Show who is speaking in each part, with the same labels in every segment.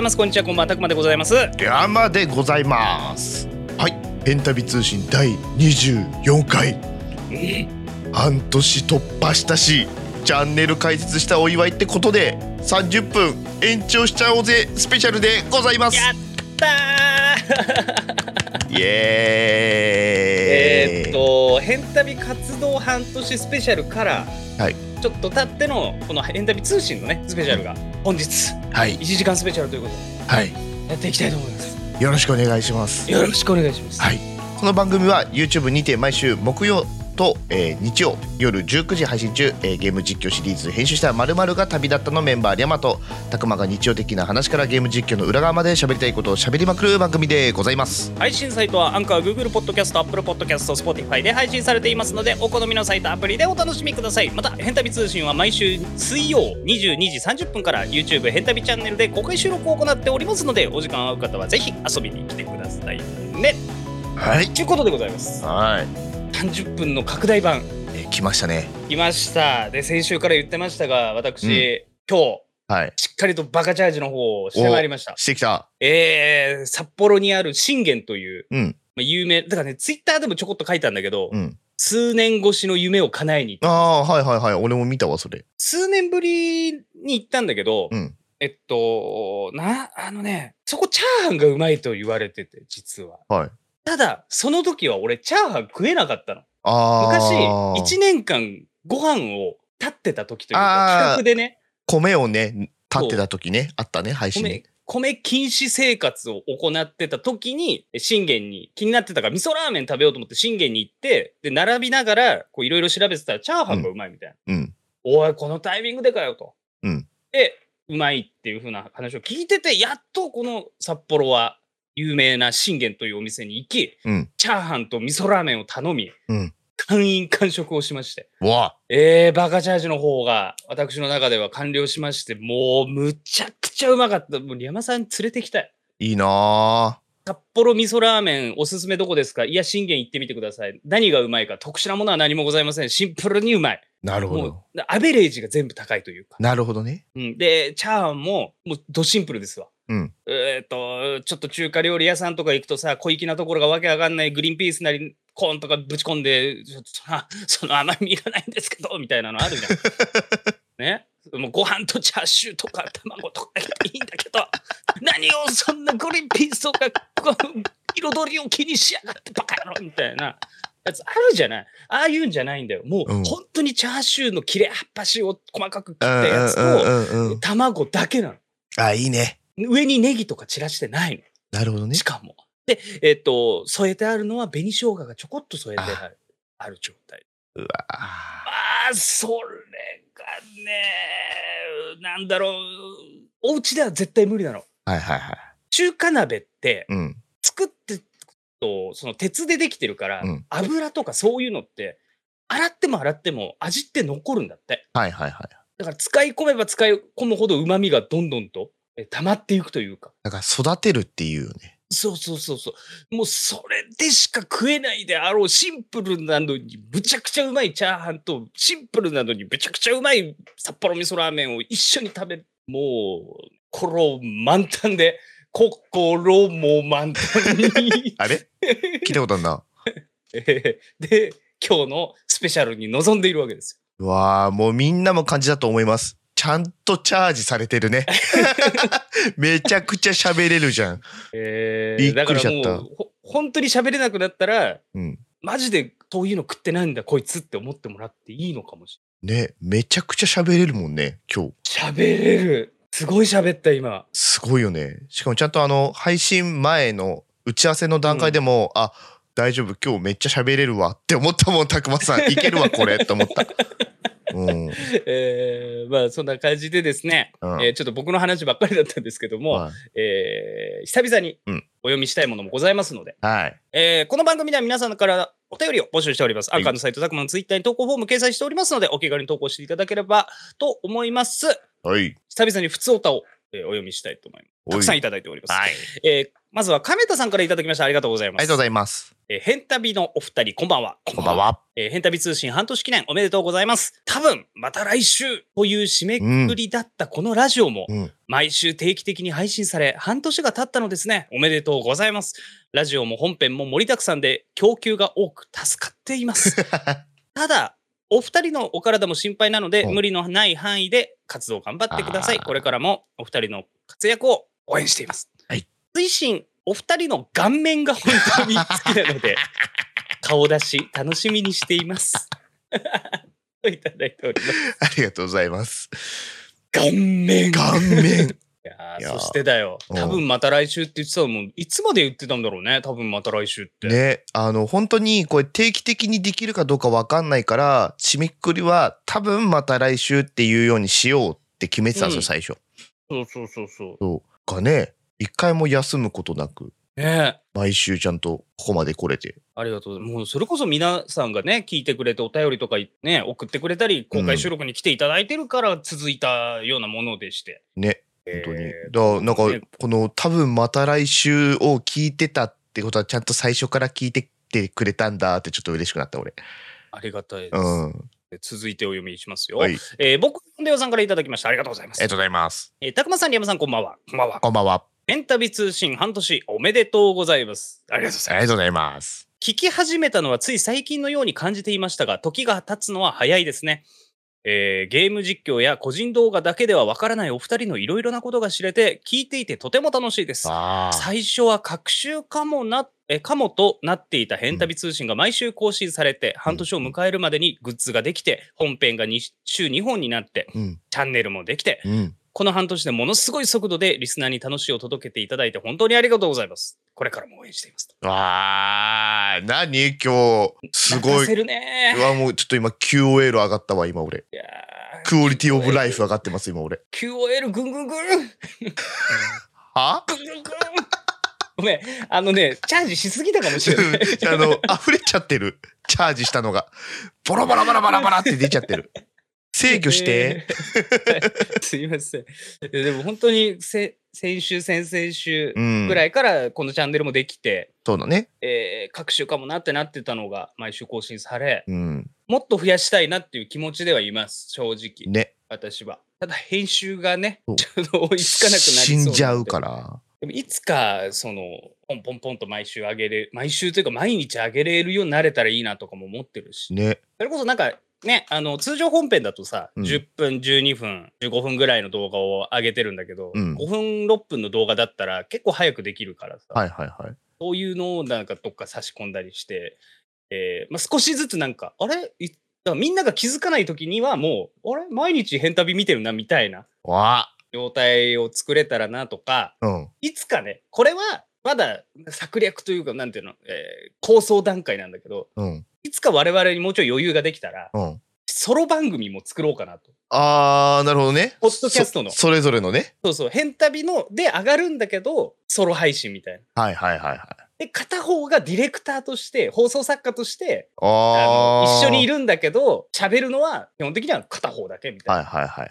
Speaker 1: ますこんにちはこんばんはたくまでございます
Speaker 2: リャマでございますはいエンタビ通信第24回半年突破したしチャンネル開設したお祝いってことで30分延長しちゃおうぜスペシャルでございます
Speaker 1: やったー
Speaker 2: イエーイ
Speaker 1: えーっと「変旅活動半年スペシャル」から、
Speaker 2: はい
Speaker 1: ちょっと経ってのこの「変旅通信」のねスペシャルが本日
Speaker 2: はい
Speaker 1: 1時間スペシャルということ
Speaker 2: はい
Speaker 1: でやっていきたいと思います
Speaker 2: よろしくお願いします
Speaker 1: よろしくお願いします、
Speaker 2: はいこの番組は YouTube にて毎週木曜と、えー日曜夜19時配信中、えーゲーム実況シリーズ編集したまるが旅立ったのメンバーリャマとたくまが日常的な話からゲーム実況の裏側まで喋りたいことを喋りまくる番組でございます
Speaker 1: 配信サイトはアンカー Google ポッドキャスト Apple ポッドキャスト Spotify で配信されていますのでお好みのサイトアプリでお楽しみくださいまた「変旅通信」は毎週水曜22時30分から YouTube「変旅チャンネル」で公開収録を行っておりますのでお時間合う方はぜひ遊びに来てくださいね
Speaker 2: はい
Speaker 1: ということでございます
Speaker 2: はい、
Speaker 1: 30分の拡大版
Speaker 2: えー来ましたね
Speaker 1: 来ましたで先週から言ってましたが私、今
Speaker 2: はい
Speaker 1: 日しっかりとバカチャージの方をしてまいりました
Speaker 2: してきた
Speaker 1: えー、札幌にある信玄という、
Speaker 2: うん
Speaker 1: まあ、有名だからねツイッターでもちょこっと書いたんだけど、
Speaker 2: うん
Speaker 1: 数年越しの夢を叶えに
Speaker 2: ああーはいはいはい俺も見たわそれ
Speaker 1: 数年ぶりに行ったんだけど、
Speaker 2: うん
Speaker 1: えっとなあのねそこチャーハンがうまいと言われてて実は
Speaker 2: はい
Speaker 1: ただその時は俺チャーハン食えなかったの昔
Speaker 2: ああ
Speaker 1: 1年間ご飯を立ってた時という
Speaker 2: あ
Speaker 1: か
Speaker 2: ー
Speaker 1: 企画でね
Speaker 2: 米をね立ってた時ねあったね配信ね
Speaker 1: 米、米禁止生活を行ってた時に、信玄に気になってたから、味噌ラーメン食べようと思って信玄に行って、で、並びながら、こういろいろ調べてたら、チャーハンがうまいみたいな。
Speaker 2: うん
Speaker 1: おい、このタイミングでかよと。
Speaker 2: うん
Speaker 1: で、うまいっていう風な話を聞いてて、やっとこの札幌は有名な信玄というお店に行き、
Speaker 2: うん
Speaker 1: チャーハンと味噌ラーメンを頼み、
Speaker 2: うん
Speaker 1: 完飲完食をしまして。
Speaker 2: うわ
Speaker 1: えー、バカチャージの方が私の中では完了しまして、もうむちゃくちゃうまかった。もう山さん連れてきたい。
Speaker 2: いいな
Speaker 1: 札幌味噌ラーメンおすすめどこですかいや、信玄行ってみてください。何がうまいか、特殊なものは何もございません。シンプルにうまい。
Speaker 2: ーなるほ
Speaker 1: も
Speaker 2: ど
Speaker 1: う、アベレージが全部高いというか。
Speaker 2: なるほどね
Speaker 1: うん、で、チャーハンも、もう、どシンプルですわ。
Speaker 2: うん
Speaker 1: えーっと、ちょっと中華料理屋さんとか行くとさ、小粋なところがわけわかんないグリーンピースなり、コーンとかぶち込んで、ちょっとその その甘みいらないんですけど、みたいなのあるじ ゃん。ね。もうご飯とチャーシューとか卵とかいいんだけど、何をそんなグリーンピースとか、こう彩りを気にしやがってバカ野郎みたいな。やつあるじゃないああいうんじゃないんだよ。もう、
Speaker 2: うん
Speaker 1: 本当にチャーシューの切れ端を細かく切った
Speaker 2: うん
Speaker 1: やつと、
Speaker 2: うんうんうん、
Speaker 1: 卵だけな
Speaker 2: あいいね
Speaker 1: の。上にネギとか散らしてない
Speaker 2: なるほど
Speaker 1: の。
Speaker 2: ね
Speaker 1: しかも。で、えっ、と、添えてあるのは紅生姜がちょこっと添えてあるある状態。
Speaker 2: うわあ
Speaker 1: ああ、それがね、なんだろう。お家では絶対無理なの。
Speaker 2: はいはいはい
Speaker 1: 中華鍋って、
Speaker 2: うん
Speaker 1: 作ってと、その鉄でできてるから、
Speaker 2: うん
Speaker 1: 油とかそういうのって、洗っても洗っても味って残るんだって。
Speaker 2: はいはいはい
Speaker 1: だから使い込めば使い込むほど旨味がどんどんとえ溜まっていくというか。
Speaker 2: だから育てるっていうよね。
Speaker 1: そうそうそうそう。もうそれでしか食えないであろうシンプルなのにむちゃくちゃうまいチャーハンとシンプルなのにむちゃくちゃうまい札幌味噌ラーメンを一緒に食べる。もう、心満タンで、心も満タンに
Speaker 2: あ れ聞いたことあるな
Speaker 1: えーで、今日のスペシャルに臨んでいるわけです
Speaker 2: うわあもうみんなも感じだと思いますちゃんとチャージされて るねめちゃくちゃ喋れるじゃん
Speaker 1: よ。えー
Speaker 2: びっくりしちゃった
Speaker 1: だからもう、ほ本当に喋れなくなったら、
Speaker 2: うん
Speaker 1: マジでこういうの食ってないんだ、こいつって思ってもらっていいのかもしれない。
Speaker 2: ねめちゃくちゃ喋れるもんね今日
Speaker 1: 喋れる。すごい喋った、今。
Speaker 2: すごいよねしかもちゃんとあの配信前の打ち合わせの段階でも、あ大丈夫今日めっちゃ喋れるわって思ったもんたくまさ んいけるわこれって思った うん、
Speaker 1: えー、まあ、そんな感じでですね、
Speaker 2: うん
Speaker 1: えーちょっと僕の話ばっかりだったんですけども、
Speaker 2: はい
Speaker 1: えー久々に
Speaker 2: うん
Speaker 1: お読みしたいものもございますので、
Speaker 2: はい
Speaker 1: えーこの番組では皆さんからお便りを募集しております。
Speaker 2: は
Speaker 1: ア
Speaker 2: い
Speaker 1: ンカーのサイト、たくまのツイッターに投稿フォーム掲載しておりますので、お気軽に投稿していただければと思います。
Speaker 2: はい
Speaker 1: 久々に普通歌を、えーお読みしたいと思います。たくさんいただいております。
Speaker 2: はい
Speaker 1: えーまずは亀田さんからいただきました。ありがとうござい
Speaker 2: あ
Speaker 1: ま
Speaker 2: りが
Speaker 1: す
Speaker 2: とうご。ざいます
Speaker 1: えー、変旅のお二人、こんばんは。
Speaker 2: こんばん。は。
Speaker 1: えー、変旅通信半年記念おめでとうございます。多分、また来週という締めくくりだったこのラジオも、
Speaker 2: うん。
Speaker 1: 毎週定期的に配信され、半年が経ったのですね。おめでとうございます。ラジオも本編も盛りだくさんで、供給が多く助かっています。ただ、お二人のお体も心配なので、
Speaker 2: うん
Speaker 1: 無理のない範囲で活動頑張ってください。
Speaker 2: あー
Speaker 1: これからもお二人の活躍を応援しています。
Speaker 2: はい
Speaker 1: 推進、お二人の顔面が本当に好きな ので、顔出し、楽しみにしています。 といただいております。
Speaker 2: ありがとうございます。
Speaker 1: 顔面
Speaker 2: 顔 面。
Speaker 1: いやー
Speaker 2: いや
Speaker 1: そ
Speaker 2: ー
Speaker 1: してだよ
Speaker 2: うん
Speaker 1: 多分また来週って言ってたのもんいつまで言ってたんだろうね多分また来週って、
Speaker 2: ね、あの本当にこれ定期的にできるかどうかわかんないから締めくくりは多分また来週っていうようにしようって決めてたんですよ、
Speaker 1: うん
Speaker 2: 最初。
Speaker 1: そうそうそうそ
Speaker 2: そうがね一回も休むことなく
Speaker 1: うねえ
Speaker 2: 毎週ちゃんとここまで来れて
Speaker 1: ありがとうございますもうそれこそ皆さんがね聞いてくれてお便りとかね送ってくれたり公開収録に来ていただいてるから続いたようなものでして、
Speaker 2: ね本当に。だからなん
Speaker 1: ね
Speaker 2: かこの「多分また来週」を聞いてたってことはちゃんと最初から聞いててくれたんだってちょっと嬉しくなった俺。
Speaker 1: ありがたいです、
Speaker 2: うん、
Speaker 1: 続いてお読みしますよ、
Speaker 2: はいあり
Speaker 1: えー僕のデオさんからいただきましたありがとうございま
Speaker 2: が
Speaker 1: す
Speaker 2: とうございます。
Speaker 1: えーたくまさんリアムさんこんばんはこんばんは
Speaker 2: こんばんは。
Speaker 1: エンタビ通信半年おめでとうございますありがとうございます
Speaker 2: ありがとうございます。
Speaker 1: 聞き始めたのはつい最近のように感じていましたが、時が経つのは早いですね。えーゲーム実況や個人動画だけではわからないお二人のいろいろなことが知れて、聞いていてとても楽しいです。
Speaker 2: ああ。
Speaker 1: 最初は各週かもな、え、かもとなっていた変旅通信が毎週更新されて、半年を迎えるまでにグッズができて、本編がに週2本になって、
Speaker 2: うん
Speaker 1: チャンネルもできて、
Speaker 2: うん。
Speaker 1: この半年でものすごい速度でリスナーに楽しいを届けていただいて本当にありがとうございます。これからも応援しています。
Speaker 2: わあ、何今日すご
Speaker 1: 泣か
Speaker 2: い。
Speaker 1: せるね
Speaker 2: うわもうちょっと今 QOL 上がったわ今 俺。
Speaker 1: いやー
Speaker 2: クオリティオブライフ上がってます今俺。
Speaker 1: QOL ぐんぐんぐんぐん
Speaker 2: は？
Speaker 1: ぐんぐんごめんあのねチャージしすぎたかもしれ ない
Speaker 2: あの溢れちゃってる。チャージしたのがボロボロボロボロボロって出ちゃってる。制御して。
Speaker 1: えー すいませんいやでも本当にせ先週先々週
Speaker 2: うん
Speaker 1: ぐ。らいからこのチャンネルもできて、
Speaker 2: そうだね。
Speaker 1: えー各週間もなってなってたのが毎週更新され
Speaker 2: うん。
Speaker 1: もっと増やしたいなっていう気持ちではいます正直
Speaker 2: ね。
Speaker 1: 私はただ編集がね
Speaker 2: そう
Speaker 1: ちょっと追いつかなくなりそう
Speaker 2: 死
Speaker 1: なんので
Speaker 2: じゃうから。
Speaker 1: でもいつかそのポンポンポンと毎週あげれ毎週というか毎日あげれるようになれたらいいなとかも思ってるし
Speaker 2: ね。
Speaker 1: それこそなんかねあの通常本編だとさ、
Speaker 2: うん
Speaker 1: 10分12分15分ぐらいの動画を上げてるんだけど、
Speaker 2: うん
Speaker 1: 5分6分の動画だったら結構早くできるからさ、
Speaker 2: はいはいはい。
Speaker 1: そういうのをなんかどっか差し込んだりして、えーまあ、少しずつなんかあれいだからみんなが気づかない時にはもうあれ毎日変旅見てるなみたいな
Speaker 2: わ
Speaker 1: 状態を作れたらなとか。
Speaker 2: あ。うん。
Speaker 1: いつかね、これはまだ策略というか、なんていうの、えー構想段階なんだけど、
Speaker 2: うん。
Speaker 1: いつか我々にもうちょい余裕ができたら、
Speaker 2: うん。
Speaker 1: ソロ番組も作ろうかなと。
Speaker 2: ああ、なるほどね。
Speaker 1: ポッドキャストの
Speaker 2: そそれぞれのね。
Speaker 1: そうそう、変旅ので上がるんだけど、ソロ配信みたいな。
Speaker 2: はいはいはいはい。
Speaker 1: で、片方がディレクターとして、放送作家として、
Speaker 2: あ
Speaker 1: あの
Speaker 2: あ。
Speaker 1: 一緒にい
Speaker 2: る。
Speaker 1: るんだけど、喋るのは基本的には片方だけみたい
Speaker 2: はい
Speaker 1: な
Speaker 2: はいはいはい。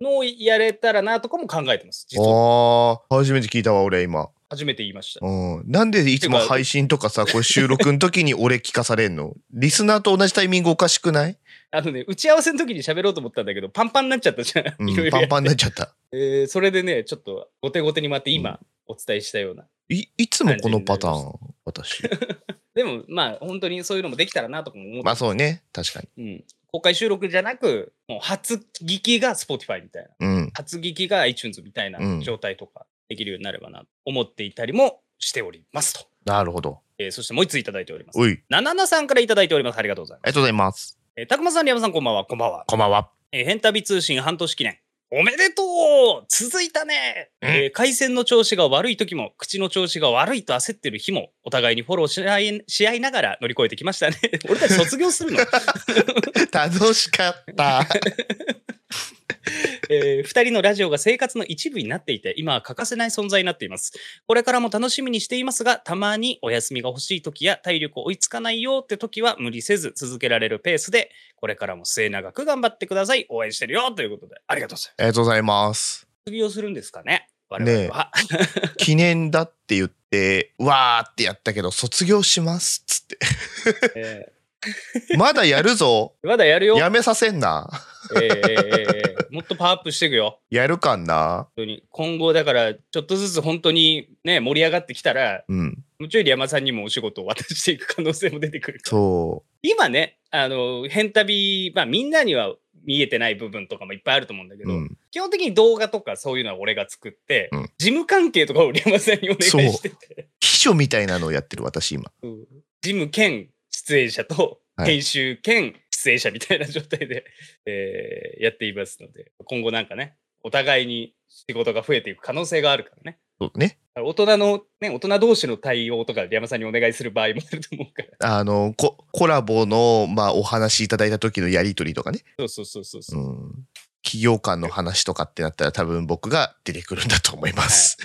Speaker 1: のをやれたらなとかも考えてます。実は
Speaker 2: ああ、初めて聞いたわ、俺、今。
Speaker 1: 初めて言いました。
Speaker 2: うん。なんでいつも
Speaker 1: てか
Speaker 2: 配信とかさ、これ収録の時に俺聞かされんのリスナーと同じタイミングおかしくない、
Speaker 1: あのね、打ち合わせの時に喋ろうと思ったんだけど、パンパンになっちゃったじゃん。
Speaker 2: う
Speaker 1: いろいろや
Speaker 2: ん、パン
Speaker 1: って
Speaker 2: パンになっちゃった。
Speaker 1: えーそれでね、ちょっと後手後手に回って今お伝えしたような。
Speaker 2: い、いつもこのパター ン、私。
Speaker 1: でもまあ本当にそういうのもできたらなとかも思って、
Speaker 2: まあそうね、確かに。
Speaker 1: うん、公開収録じゃなく、もう初聞きが Spotify みたいな、
Speaker 2: うん。
Speaker 1: 初聞きが iTunes みたいな
Speaker 2: うん
Speaker 1: 状態とかできるようになればなと思っていたりもしておりますと。
Speaker 2: なるほど。
Speaker 1: えーそしてもう一ついただいております。
Speaker 2: おい、
Speaker 1: ナナナさんからいただいております。ありがとうございます。
Speaker 2: ありがとうございます。
Speaker 1: えー、たくまさん、りやまさん、こんばんは。こんばんは。
Speaker 2: こんばんは。
Speaker 1: えー、変旅通信半年記念。おめでとう続いたね、
Speaker 2: うん
Speaker 1: えー回線の調子が悪い時も、口の調子が悪いと焦ってる日も、お互いにフォローし合いし合いながら乗り越えてきましたね。 俺たち卒業するの、
Speaker 2: 楽しかった。
Speaker 1: え2人のラジオが生活の一部になっていて、今は欠かせない存在になっています。これからも楽しみにしていますが、たまにお休みが欲しい時や体力追いつかないよって時は無理せず続けられるペースで、これからも末永く頑張ってください。応援してるよということで、ありがとうございます。
Speaker 2: ありがとうございます。
Speaker 1: 卒業するんですかね我々は。
Speaker 2: 記念だって言ってわーってやったけど卒業しますっつっ
Speaker 1: え
Speaker 2: てまだやるぞ
Speaker 1: ーまだやるよ。
Speaker 2: やめさせんな
Speaker 1: えーえーえーえーもっとパワーアップしていくよ。
Speaker 2: やるかんな
Speaker 1: 本当に今後だからちょっとずつ本当にね盛り上がってきたら
Speaker 2: うん
Speaker 1: もうちょい山さんにもお仕事を渡していく可能性も出てくるから
Speaker 2: そ
Speaker 1: 今ねあの変旅まあみんなには見えてない部分とかもいっぱいあると思うんだけ
Speaker 2: う、
Speaker 1: ど、
Speaker 2: うん、
Speaker 1: 基本的に動画とかそういうのは俺が作って、
Speaker 2: うん
Speaker 1: 事務関係とかを山さんにお願いしてて
Speaker 2: 秘書みたいなのをやってる私今
Speaker 1: うん事務兼出演者と
Speaker 2: はい
Speaker 1: 編集兼出演者みたいな状態で、えーやっていますので今後なんかねお互いに仕事が増えていく可能性があるからね。
Speaker 2: そうね
Speaker 1: 大人の、ね、大人同士の対応とか、山さんにお願いする場合もあると思うから。
Speaker 2: あのココラボの、まあ、お話いただいた時のやり取りとかね、
Speaker 1: そうそうそうそうそうう。
Speaker 2: ん、企業間の話とかってなったら多分僕が出てくるんだと思います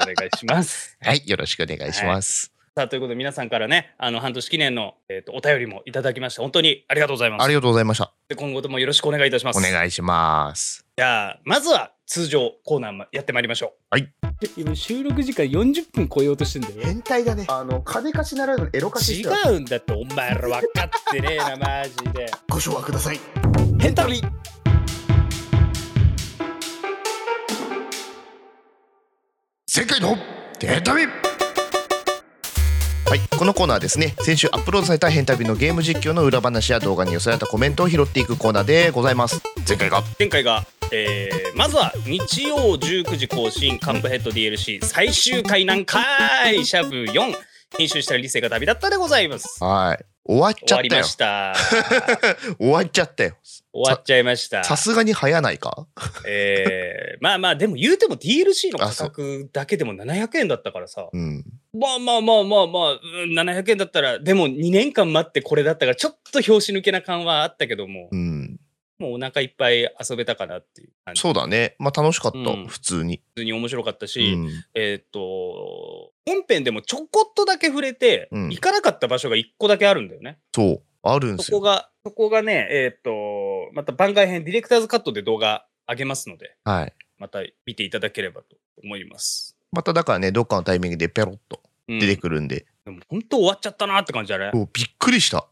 Speaker 1: お願いします。
Speaker 2: はい、よろしくお願いします、
Speaker 1: さあ、ということで、皆さんからね、あの、半年記念の、えっとお便りもいただきました。本当にありがとうございま
Speaker 2: あ
Speaker 1: す。
Speaker 2: りがとうございました
Speaker 1: で今後ともよろしくお願いいたします。
Speaker 2: お願いします
Speaker 1: じゃあ、まずは通常コーナーもやってまいりましょう。
Speaker 2: はい。
Speaker 1: 今、収録時間40分超えようとしてんだよ。
Speaker 2: 変態だねあの金貸しならぬエロ
Speaker 1: 違うんだって、お前ら分かってねえな、マジで。
Speaker 2: ご唱和ください
Speaker 1: ヘンタビ
Speaker 2: 前回のデータビはいこのコーナーはですね先週アップロードされた変旅のゲーム実況の裏話や動画に寄せられたコメントを拾っていくコーナーでございます前回が
Speaker 1: 前回が、えー、まずは日曜19時更新カップヘッド DLC 最終回なんかいシャブ4編集した理性が旅立ったでございます
Speaker 2: はい終わっち
Speaker 1: 終
Speaker 2: ゃっ
Speaker 1: わり
Speaker 2: た
Speaker 1: ま
Speaker 2: よ
Speaker 1: した
Speaker 2: 終わっちゃったよ
Speaker 1: 終わっちゃいました
Speaker 2: さすがに早ないか
Speaker 1: えー、まあまあでも言うても DLC の
Speaker 2: あ
Speaker 1: 価
Speaker 2: そう
Speaker 1: 格だけでも700円だったからさ
Speaker 2: うん
Speaker 1: まあまあまあまあまあ、うん、700円だったらでも2年間待ってこれだったからちょっと拍子抜けな感はあったけども、
Speaker 2: うん
Speaker 1: もうお腹いっぱい遊べたかなっていう感じ
Speaker 2: そうだねまあ楽しかった、
Speaker 1: うん
Speaker 2: 普通に、
Speaker 1: 普通に面白かったし、
Speaker 2: うん、
Speaker 1: えーっ、と、本編でもちょこっとだけ触れて、
Speaker 2: うん
Speaker 1: 行かなかった場所が1個だけあるんだよね。
Speaker 2: そうあるんです
Speaker 1: そこ
Speaker 2: よ
Speaker 1: が、そこがね、えーっ、と、また番外編、ディレクターズカットで動画上げますので、
Speaker 2: はい
Speaker 1: また見ていただければと思います。
Speaker 2: まただからねどっかのタイミングでペロッと
Speaker 1: うん、
Speaker 2: 出てくるんで、
Speaker 1: でも本当終わっちゃったなって感じだね。
Speaker 2: もうびっくりした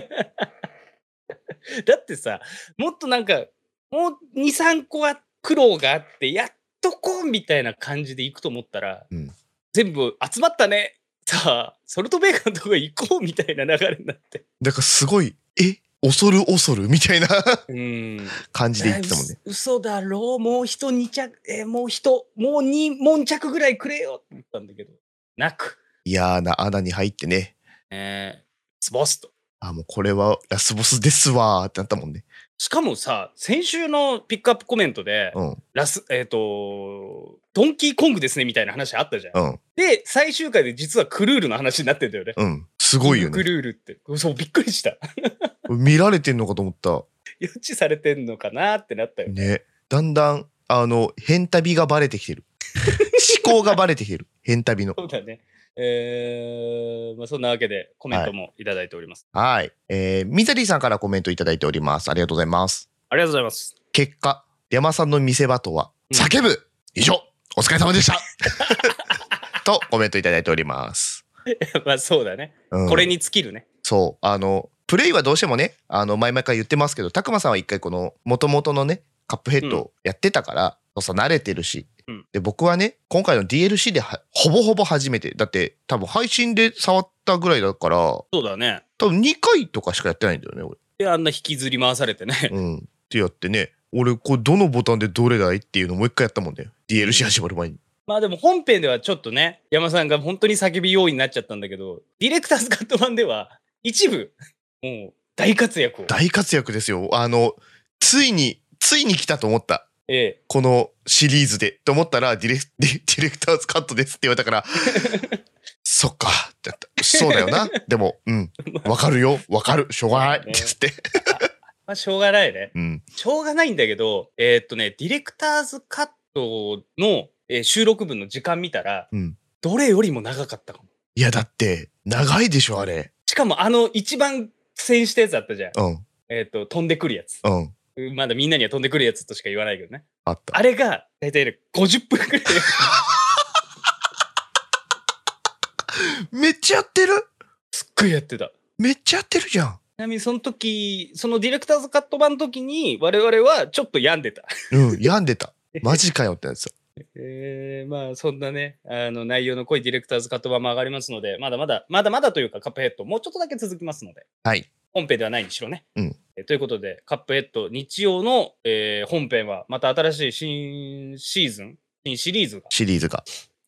Speaker 1: だってさ、もっとなんか、もう2、3個は苦労があって、やっとこうみたいな感じで行くと思ったら、
Speaker 2: うん
Speaker 1: 全部集まったね。さあ、ソルトベーカーのとこ行こうみたいな流れになって。
Speaker 2: だからすごいえ恐る恐るみたいな
Speaker 1: うん。
Speaker 2: 感じで言ってたもんね
Speaker 1: えーう嘘だろうもう人二着、えーもう人、もう二悶着ぐらいくれよって言ったんだけど、なく。
Speaker 2: 嫌な穴に入ってね
Speaker 1: えー、スボスと。
Speaker 2: あもうこれはラスボスですわーってなったもんね
Speaker 1: しかもさ、先週のピックアップコメントで、
Speaker 2: うん
Speaker 1: ラス、えっ、と、ドンキーコングですねみたいな話あったじゃん。
Speaker 2: うん
Speaker 1: で、最終回で実はクルールの話になってんだよね。
Speaker 2: うんすごいよ
Speaker 1: ク
Speaker 2: ね
Speaker 1: ルールって。そう、びっくりした。
Speaker 2: 見られてんのかと思った
Speaker 1: 予知されてんのかなってなったよね。
Speaker 2: ねだんだんあの変旅がバレてき てる思考がバレてきてる変旅の
Speaker 1: そうだね。えー、まあそんなわけでコメントもいただいております。
Speaker 2: はいえー、ミザリーさんからコメントいただいておりますありがとうございます
Speaker 1: ありがとうございます。
Speaker 2: 結果山さんの見せ場とは
Speaker 1: うん
Speaker 2: 叫ぶ、以上お疲れ様でした とコメントいただいております、
Speaker 1: まあそうだね。
Speaker 2: うん
Speaker 1: これに尽きるね。
Speaker 2: そうあのプレイはどうしてもねあの前々から言ってますけどたくまさんは一回この元々のねカップヘッドをやってたから、そうそう慣れてるし、
Speaker 1: うん
Speaker 2: で僕はね今回の DLC ではほぼほぼ初めてだって多分配信で触ったぐらいだから多
Speaker 1: そうだね。
Speaker 2: 分2回とかしかやってないんだよね俺。
Speaker 1: で、あんな引きずり回されてね。
Speaker 2: うん、ってやってね俺これどのボタンでどれだいっていうのもう一回やったもんね DLC 始まる前に。
Speaker 1: まあでも本編ではちょっとね、山さんが本当に叫び用意になっちゃったんだけど、ディレクターズカット版では一部、もう大活躍を。
Speaker 2: 大活躍ですよあのついについに来たと思った。
Speaker 1: え
Speaker 2: このシリーズでと思ったらディレディディレク ターズカットですって言われたから そっかってなったそうだよなでもうんわかるよわかるしょうがないってつって、
Speaker 1: えまあしょうがないね。
Speaker 2: うん、
Speaker 1: しょうがないんだけど、えーっとね、ディレクターズカットの、えー収録分の時間見たら、
Speaker 2: うん
Speaker 1: どれよりも長かったかも。
Speaker 2: いやだって長いでしょあれ
Speaker 1: しかもあの一番苦戦したやつあったじゃん。
Speaker 2: うん
Speaker 1: えーっと、飛んでくるやつ。
Speaker 2: うん
Speaker 1: まだみんなには飛んでくるやつとしか言わないけどね。
Speaker 2: あった
Speaker 1: あれが、大体ね、50分くらい。
Speaker 2: めっちゃやってる
Speaker 1: すっごいやってた。ち
Speaker 2: めっちゃやってるじゃん
Speaker 1: なみにその時、そのディレクターズカット版の時に、我々はちょっと病んでた。
Speaker 2: うん病んでたマジかよってやつ
Speaker 1: えー、まあそんなね、あの内容の濃いディレクターズカット版も上がりますので、まだまだ、まだまだというかカップヘッド、もうちょっとだけ続きますので、
Speaker 2: はい
Speaker 1: 本編ではないにしろね。
Speaker 2: うん
Speaker 1: えーということで、カップヘッド日曜の、えー本編は、また新しい新シーズン、新シリーズが、
Speaker 2: シリーズが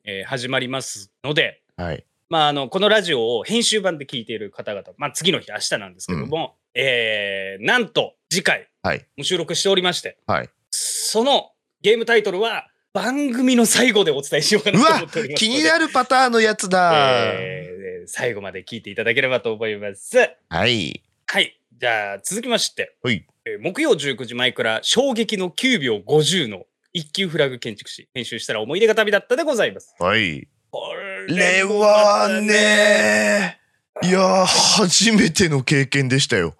Speaker 1: えー始まりますので、
Speaker 2: はい
Speaker 1: まあ、あのこのラジオを編集版で聞いている方々、まあ、次の日、明日なんですけども、えーなんと次回、
Speaker 2: はい
Speaker 1: もう収録しておりまして、
Speaker 2: はい
Speaker 1: そのゲームタイトルは番組の最後でお伝えしようかな
Speaker 2: う
Speaker 1: と
Speaker 2: わ
Speaker 1: 思っております
Speaker 2: 気
Speaker 1: ので。
Speaker 2: になるパターンのやつだ、
Speaker 1: えー最後まで聞いていただければと思います。
Speaker 2: はい
Speaker 1: はい。じゃあ、続きまして、
Speaker 2: はい
Speaker 1: えー木曜19時前から衝撃の9秒50の一級フラグ建築士、編集したら思い出が旅だったでございます。
Speaker 2: はい
Speaker 1: こ
Speaker 2: れ
Speaker 1: もまた
Speaker 2: はねいやー初めての経験でしたよ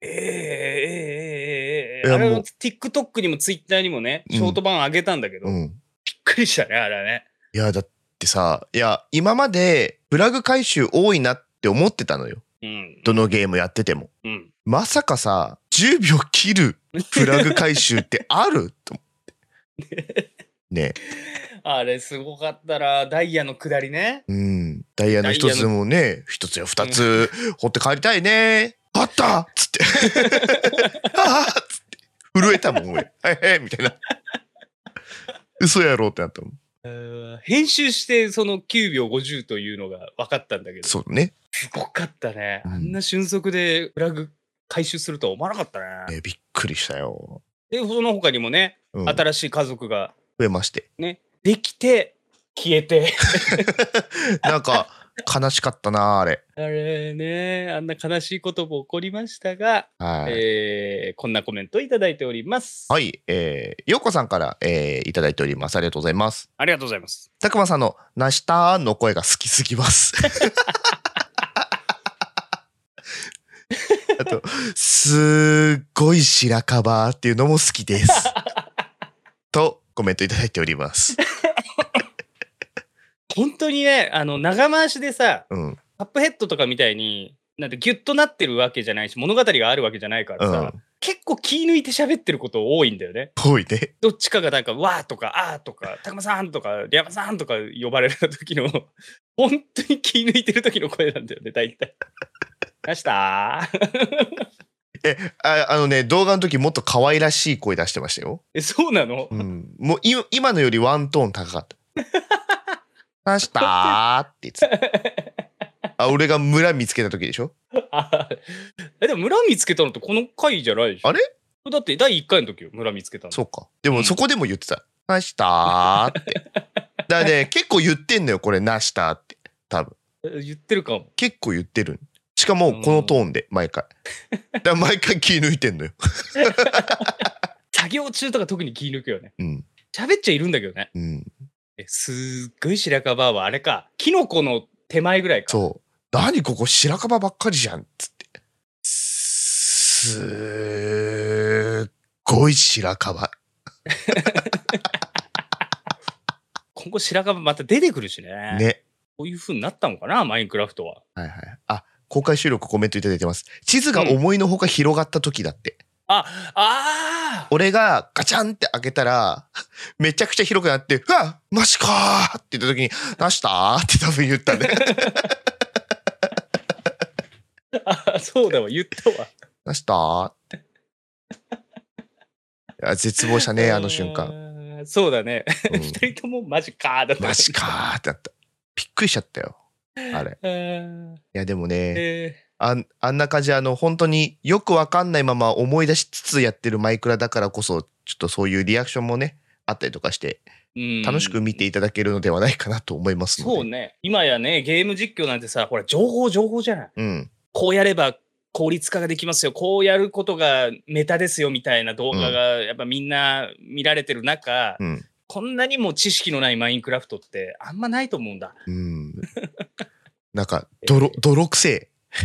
Speaker 1: ええええええええ
Speaker 2: いや
Speaker 1: あれ
Speaker 2: も
Speaker 1: は
Speaker 2: う
Speaker 1: TikTok にも Twitter にもね、
Speaker 2: うん
Speaker 1: ショート版上げたんだけど、
Speaker 2: う
Speaker 1: びっ
Speaker 2: ん
Speaker 1: くりしたね、あれはね。
Speaker 2: いやだってさいや今までフラグ回収多いなって思ってたのよ
Speaker 1: うん。
Speaker 2: どのゲームやってても
Speaker 1: うん。
Speaker 2: まさかさ10秒切るフラグ回収ってあると思ってね
Speaker 1: あれすごかったら、ダイヤの下りね。
Speaker 2: うんダイヤの一つもね一つや二つ掘って帰りたいねあったっ つってああっつって震えたもん俺はいはいみたいな嘘やろうってなったもん
Speaker 1: うーん編集してその9秒50というのが分かったんだけど、す
Speaker 2: そうね
Speaker 1: ごかったね。
Speaker 2: うん
Speaker 1: あんな瞬足でフラグ回収するとは思わなかったね。
Speaker 2: ねびっくりしたよ、
Speaker 1: で、その他にもね、
Speaker 2: うん、増
Speaker 1: 新しい家族が
Speaker 2: えまして
Speaker 1: できて、消えて。
Speaker 2: なんか悲しかったなあれ
Speaker 1: あれね、あんな悲しいことも起こりましたが、
Speaker 2: はい、
Speaker 1: えーこんなコメントをいただいております。
Speaker 2: はい、えー、ようこさんから、えー、いただいております。ありがとうございます。
Speaker 1: ありがとうございます。
Speaker 2: たくまさんの、なしたーの声が好きすぎます。あと、すっごい白樺っていうのも好きです。と、コメントいただいております。
Speaker 1: 本当にね、あの、長回しでさ、
Speaker 2: うん、
Speaker 1: カップヘッドとかみたいに、なんてギュッとなってるわけじゃないし、物語があるわけじゃないから
Speaker 2: う
Speaker 1: さ、
Speaker 2: ん、
Speaker 1: 結構気抜いて喋ってること多いんだよね。
Speaker 2: ぽいね。
Speaker 1: どっちかがなんか、わーとか、あーとか、たくまさんとか、りゃまさんとか呼ばれた時の、 本当に気抜いてる時の声なんだよね、大 体。なしたー
Speaker 2: え、ああのね、動画の時もっと可愛らしい声出してましたよ。
Speaker 1: え、そうなの、
Speaker 2: うん、もうい今のよりワントーン高かった。なしたーって言ってた。あ、俺が村見つけた時でしょ
Speaker 1: あ えでも村見つけたのってこの回じゃないでしょ
Speaker 2: あれ
Speaker 1: だって第1回の時よ村見つけたの
Speaker 2: そうか。で
Speaker 1: う
Speaker 2: も
Speaker 1: ん
Speaker 2: そこでも言ってた。なしたーって。 だからね、結構言ってんのよ、これ、なしたーって。多分。
Speaker 1: え言ってるかも
Speaker 2: 結構言ってる。しかも、このトーンで、毎回。だから毎回気抜いてんの よ。
Speaker 1: 作業中とか特に気抜くよね
Speaker 2: うん。
Speaker 1: 喋っちゃいるんだけどね
Speaker 2: うん。
Speaker 1: えすっごい白樺はあれかキノコの手前ぐらいか
Speaker 2: そう。何ここ、白樺ばっかりじゃん。つって。すーっごい白樺。
Speaker 1: 今後白樺また出てくるしね
Speaker 2: ね。
Speaker 1: こういう風になったのかなマインクラフトは
Speaker 2: はいはい。あ、公開収録コメントいただいてます。地図が思いのほか広がった時だって。
Speaker 1: ああー
Speaker 2: 俺がガチャンって開けたら、 めちゃくちゃ広くなって、うわマジかーって言った時に、なしたーって多分言ったね。
Speaker 1: あ そうだわ言ったわ
Speaker 2: なしたーって。いや絶望したね、あの瞬間。
Speaker 1: 間そうだね
Speaker 2: うん
Speaker 1: 2人ともマジかーだった
Speaker 2: マジかーってなった。びっくりしちゃったよ。あれ。
Speaker 1: あー
Speaker 2: いや、でもね、
Speaker 1: え
Speaker 2: あんあんな感じ、あの、本当によくわかんないまま思い出しつつやってるマイクラだからこそ、ちょっとそういうリアクションもね、あったりとかして、
Speaker 1: ーうん
Speaker 2: 楽しく見ていただけるのではないかなと思いますので。
Speaker 1: そうね。今やね、ゲーム実況なんてさ、ほら、情報、情報じゃない。
Speaker 2: うん。
Speaker 1: こうやれば効率化ができますよ。こうやることがメタですよ、みたいな動画が、やっぱみんな見られてる中、
Speaker 2: うん。
Speaker 1: こんなにも知識のないマインクラフトってあんまないと思うんだ。
Speaker 2: うん。なんか、泥、泥く せえ。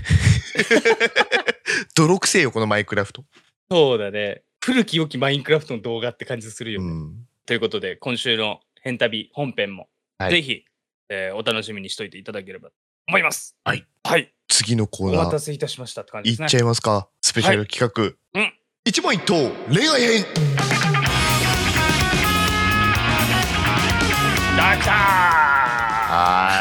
Speaker 2: 泥くせえよ、このマイクラフト。
Speaker 1: そうだね。古き良きマインクラフトの動画って感じするよね。
Speaker 2: うん、
Speaker 1: ということで、今週の変旅本編も、
Speaker 2: はい
Speaker 1: ぜひ、えーお楽しみにしといていただければと思います。
Speaker 2: はい。
Speaker 1: はい。
Speaker 2: 次のコ
Speaker 1: お
Speaker 2: ーナ
Speaker 1: 待
Speaker 2: ー
Speaker 1: たせいたしましたって感じで
Speaker 2: いっ
Speaker 1: すね。
Speaker 2: ちゃいますかスペシャル企画、
Speaker 1: はいうん
Speaker 2: 一問一答恋愛編
Speaker 1: だきた
Speaker 2: は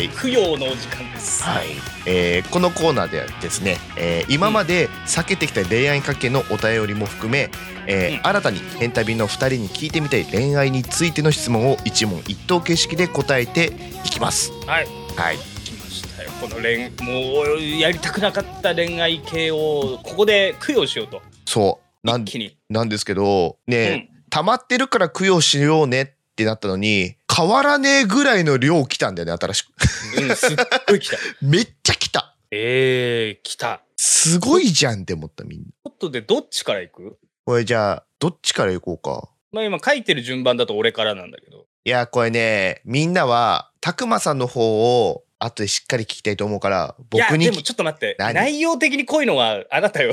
Speaker 2: ーい
Speaker 1: ー供養のお時間です。
Speaker 2: はい、えーこのコーナーではですね、えー今まで避けてきた恋愛関係のお便りも含め、えー
Speaker 1: うん
Speaker 2: 新たに「変旅」の2人に聞いてみたい恋愛についての質問を一問一答形式で答えていきます。
Speaker 1: はい。
Speaker 2: はい、
Speaker 1: 来ましたよ。この恋、もうやりたくなかった恋愛系を、ここで供養しようと。
Speaker 2: そうなん
Speaker 1: 一気に。
Speaker 2: なんですけどね、溜まってるから供養しようねってなったのに変わらねえぐらいの量来たんだよね新しく
Speaker 1: うん、すっごい来た。
Speaker 2: めっちゃ来た
Speaker 1: えー、来た。
Speaker 2: すごいじゃんって思ったみんな
Speaker 1: ちょっとで、どっちから行く
Speaker 2: これじゃあどっちからいこうか
Speaker 1: まあ今書いてる順番だと俺からなんだけど。
Speaker 2: いやこれねみんなはたくまさんの方を後でしっかり聞きたいと思うから
Speaker 1: いや
Speaker 2: 僕に
Speaker 1: でもちょっと待って
Speaker 2: 何
Speaker 1: 内容的に濃いのはあなたよ い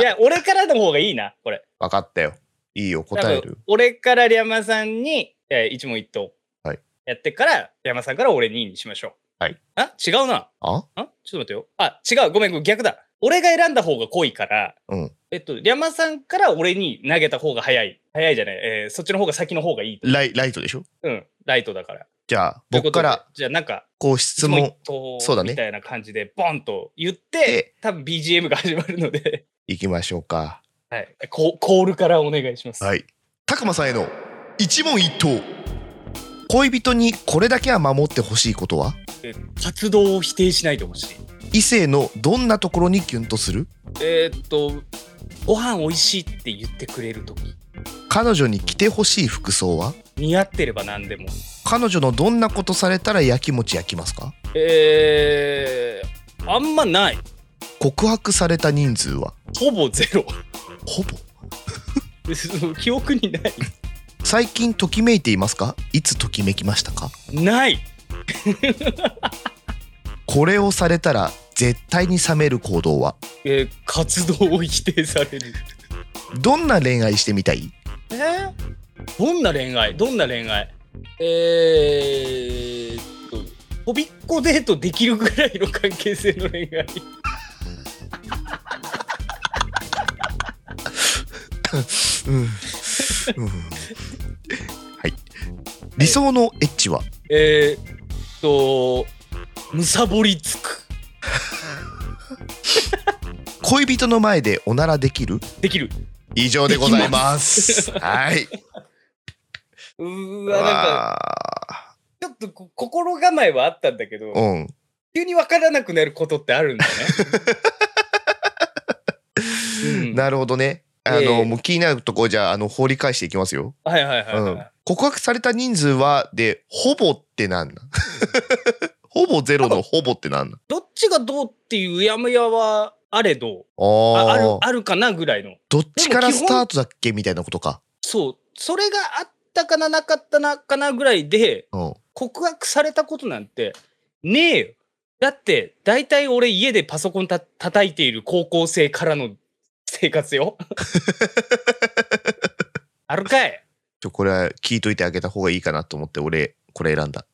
Speaker 1: や俺からの方がいいなこれ
Speaker 2: 分かったよいいよ答え
Speaker 1: 多分
Speaker 2: る
Speaker 1: 俺からリャマさんに、えー一問一答
Speaker 2: はい
Speaker 1: やってからリャマさんから俺ににしましょう
Speaker 2: はい
Speaker 1: あ違うな
Speaker 2: あ
Speaker 1: あちょっと待ってよあ違うごめんごめん逆だ俺が選んだ方が濃いから、
Speaker 2: うん
Speaker 1: えっとリャマさんから俺に投げた方が早い早いじゃない、えーそっちの方が先の方がいい
Speaker 2: ライライトでしょ
Speaker 1: うんライトだから
Speaker 2: じゃあ
Speaker 1: というこ
Speaker 2: 僕
Speaker 1: とで
Speaker 2: から
Speaker 1: じゃあなんか
Speaker 2: こう質問そ
Speaker 1: そう
Speaker 2: だね
Speaker 1: みたいな感じでボンと言っ
Speaker 2: え
Speaker 1: て多分 BGM が始まるので、
Speaker 2: いきましょうか
Speaker 1: はい、ココールからお願いします、
Speaker 2: はいたくまさんへの一問一答恋人にこれだけは守ってほしいことは
Speaker 1: え活動を否定しないでほしい
Speaker 2: 異性のどんなところにキュンとする
Speaker 1: えーっとご飯美味しいって言ってくれる時
Speaker 2: 彼女に着てほしい服装は
Speaker 1: 似合ってれば何でも
Speaker 2: 彼女のどんなことされたらやきもち焼きますか
Speaker 1: えー、あんまない
Speaker 2: 告白された人数は
Speaker 1: ほぼゼ ロ
Speaker 2: ほぼ
Speaker 1: 記憶にない
Speaker 2: 最近ときめいていますかいつときめきましたか
Speaker 1: ない
Speaker 2: これをされたら絶対に冷める行動は
Speaker 1: えー活動を否定される
Speaker 2: どんな恋愛してみたい
Speaker 1: えーどんな恋愛どんな恋愛えーっと飛びっこデートできるぐらいの関係性の恋愛
Speaker 2: うん、 はい理想のエッチは
Speaker 1: えーっとむさぼりつく
Speaker 2: 恋人の前でおならできる
Speaker 1: できる
Speaker 2: 以上でございますはいう
Speaker 1: ーわなんか
Speaker 2: わ
Speaker 1: ちょっとこ心構えはあったんだけど
Speaker 2: ーうん
Speaker 1: 急に分からなくなることってあるん だね、うん
Speaker 2: なるほどねあの、
Speaker 1: ええ
Speaker 2: もう気になるとこじゃああの放り返していきますよ
Speaker 1: はいはいはい、は
Speaker 2: うん
Speaker 1: い、
Speaker 2: 告白された人数はでほぼってなん なんほぼゼロのほぼってなんなん
Speaker 1: どっちがどうっていううやむやはあれどあある
Speaker 2: ああ
Speaker 1: あるかなぐらいの
Speaker 2: どっちからスタートだっけみたいなことか、
Speaker 1: そう、それがあったかな、なかったな、かなぐらいで、
Speaker 2: うん、
Speaker 1: 告白されたことなんて、ねえよ。だって、大体俺家でパソコンた叩いている高校生からの生活 よ。あるかい
Speaker 2: ちょこれは聞いといてあげた方がいいかなと思って俺これ選んだ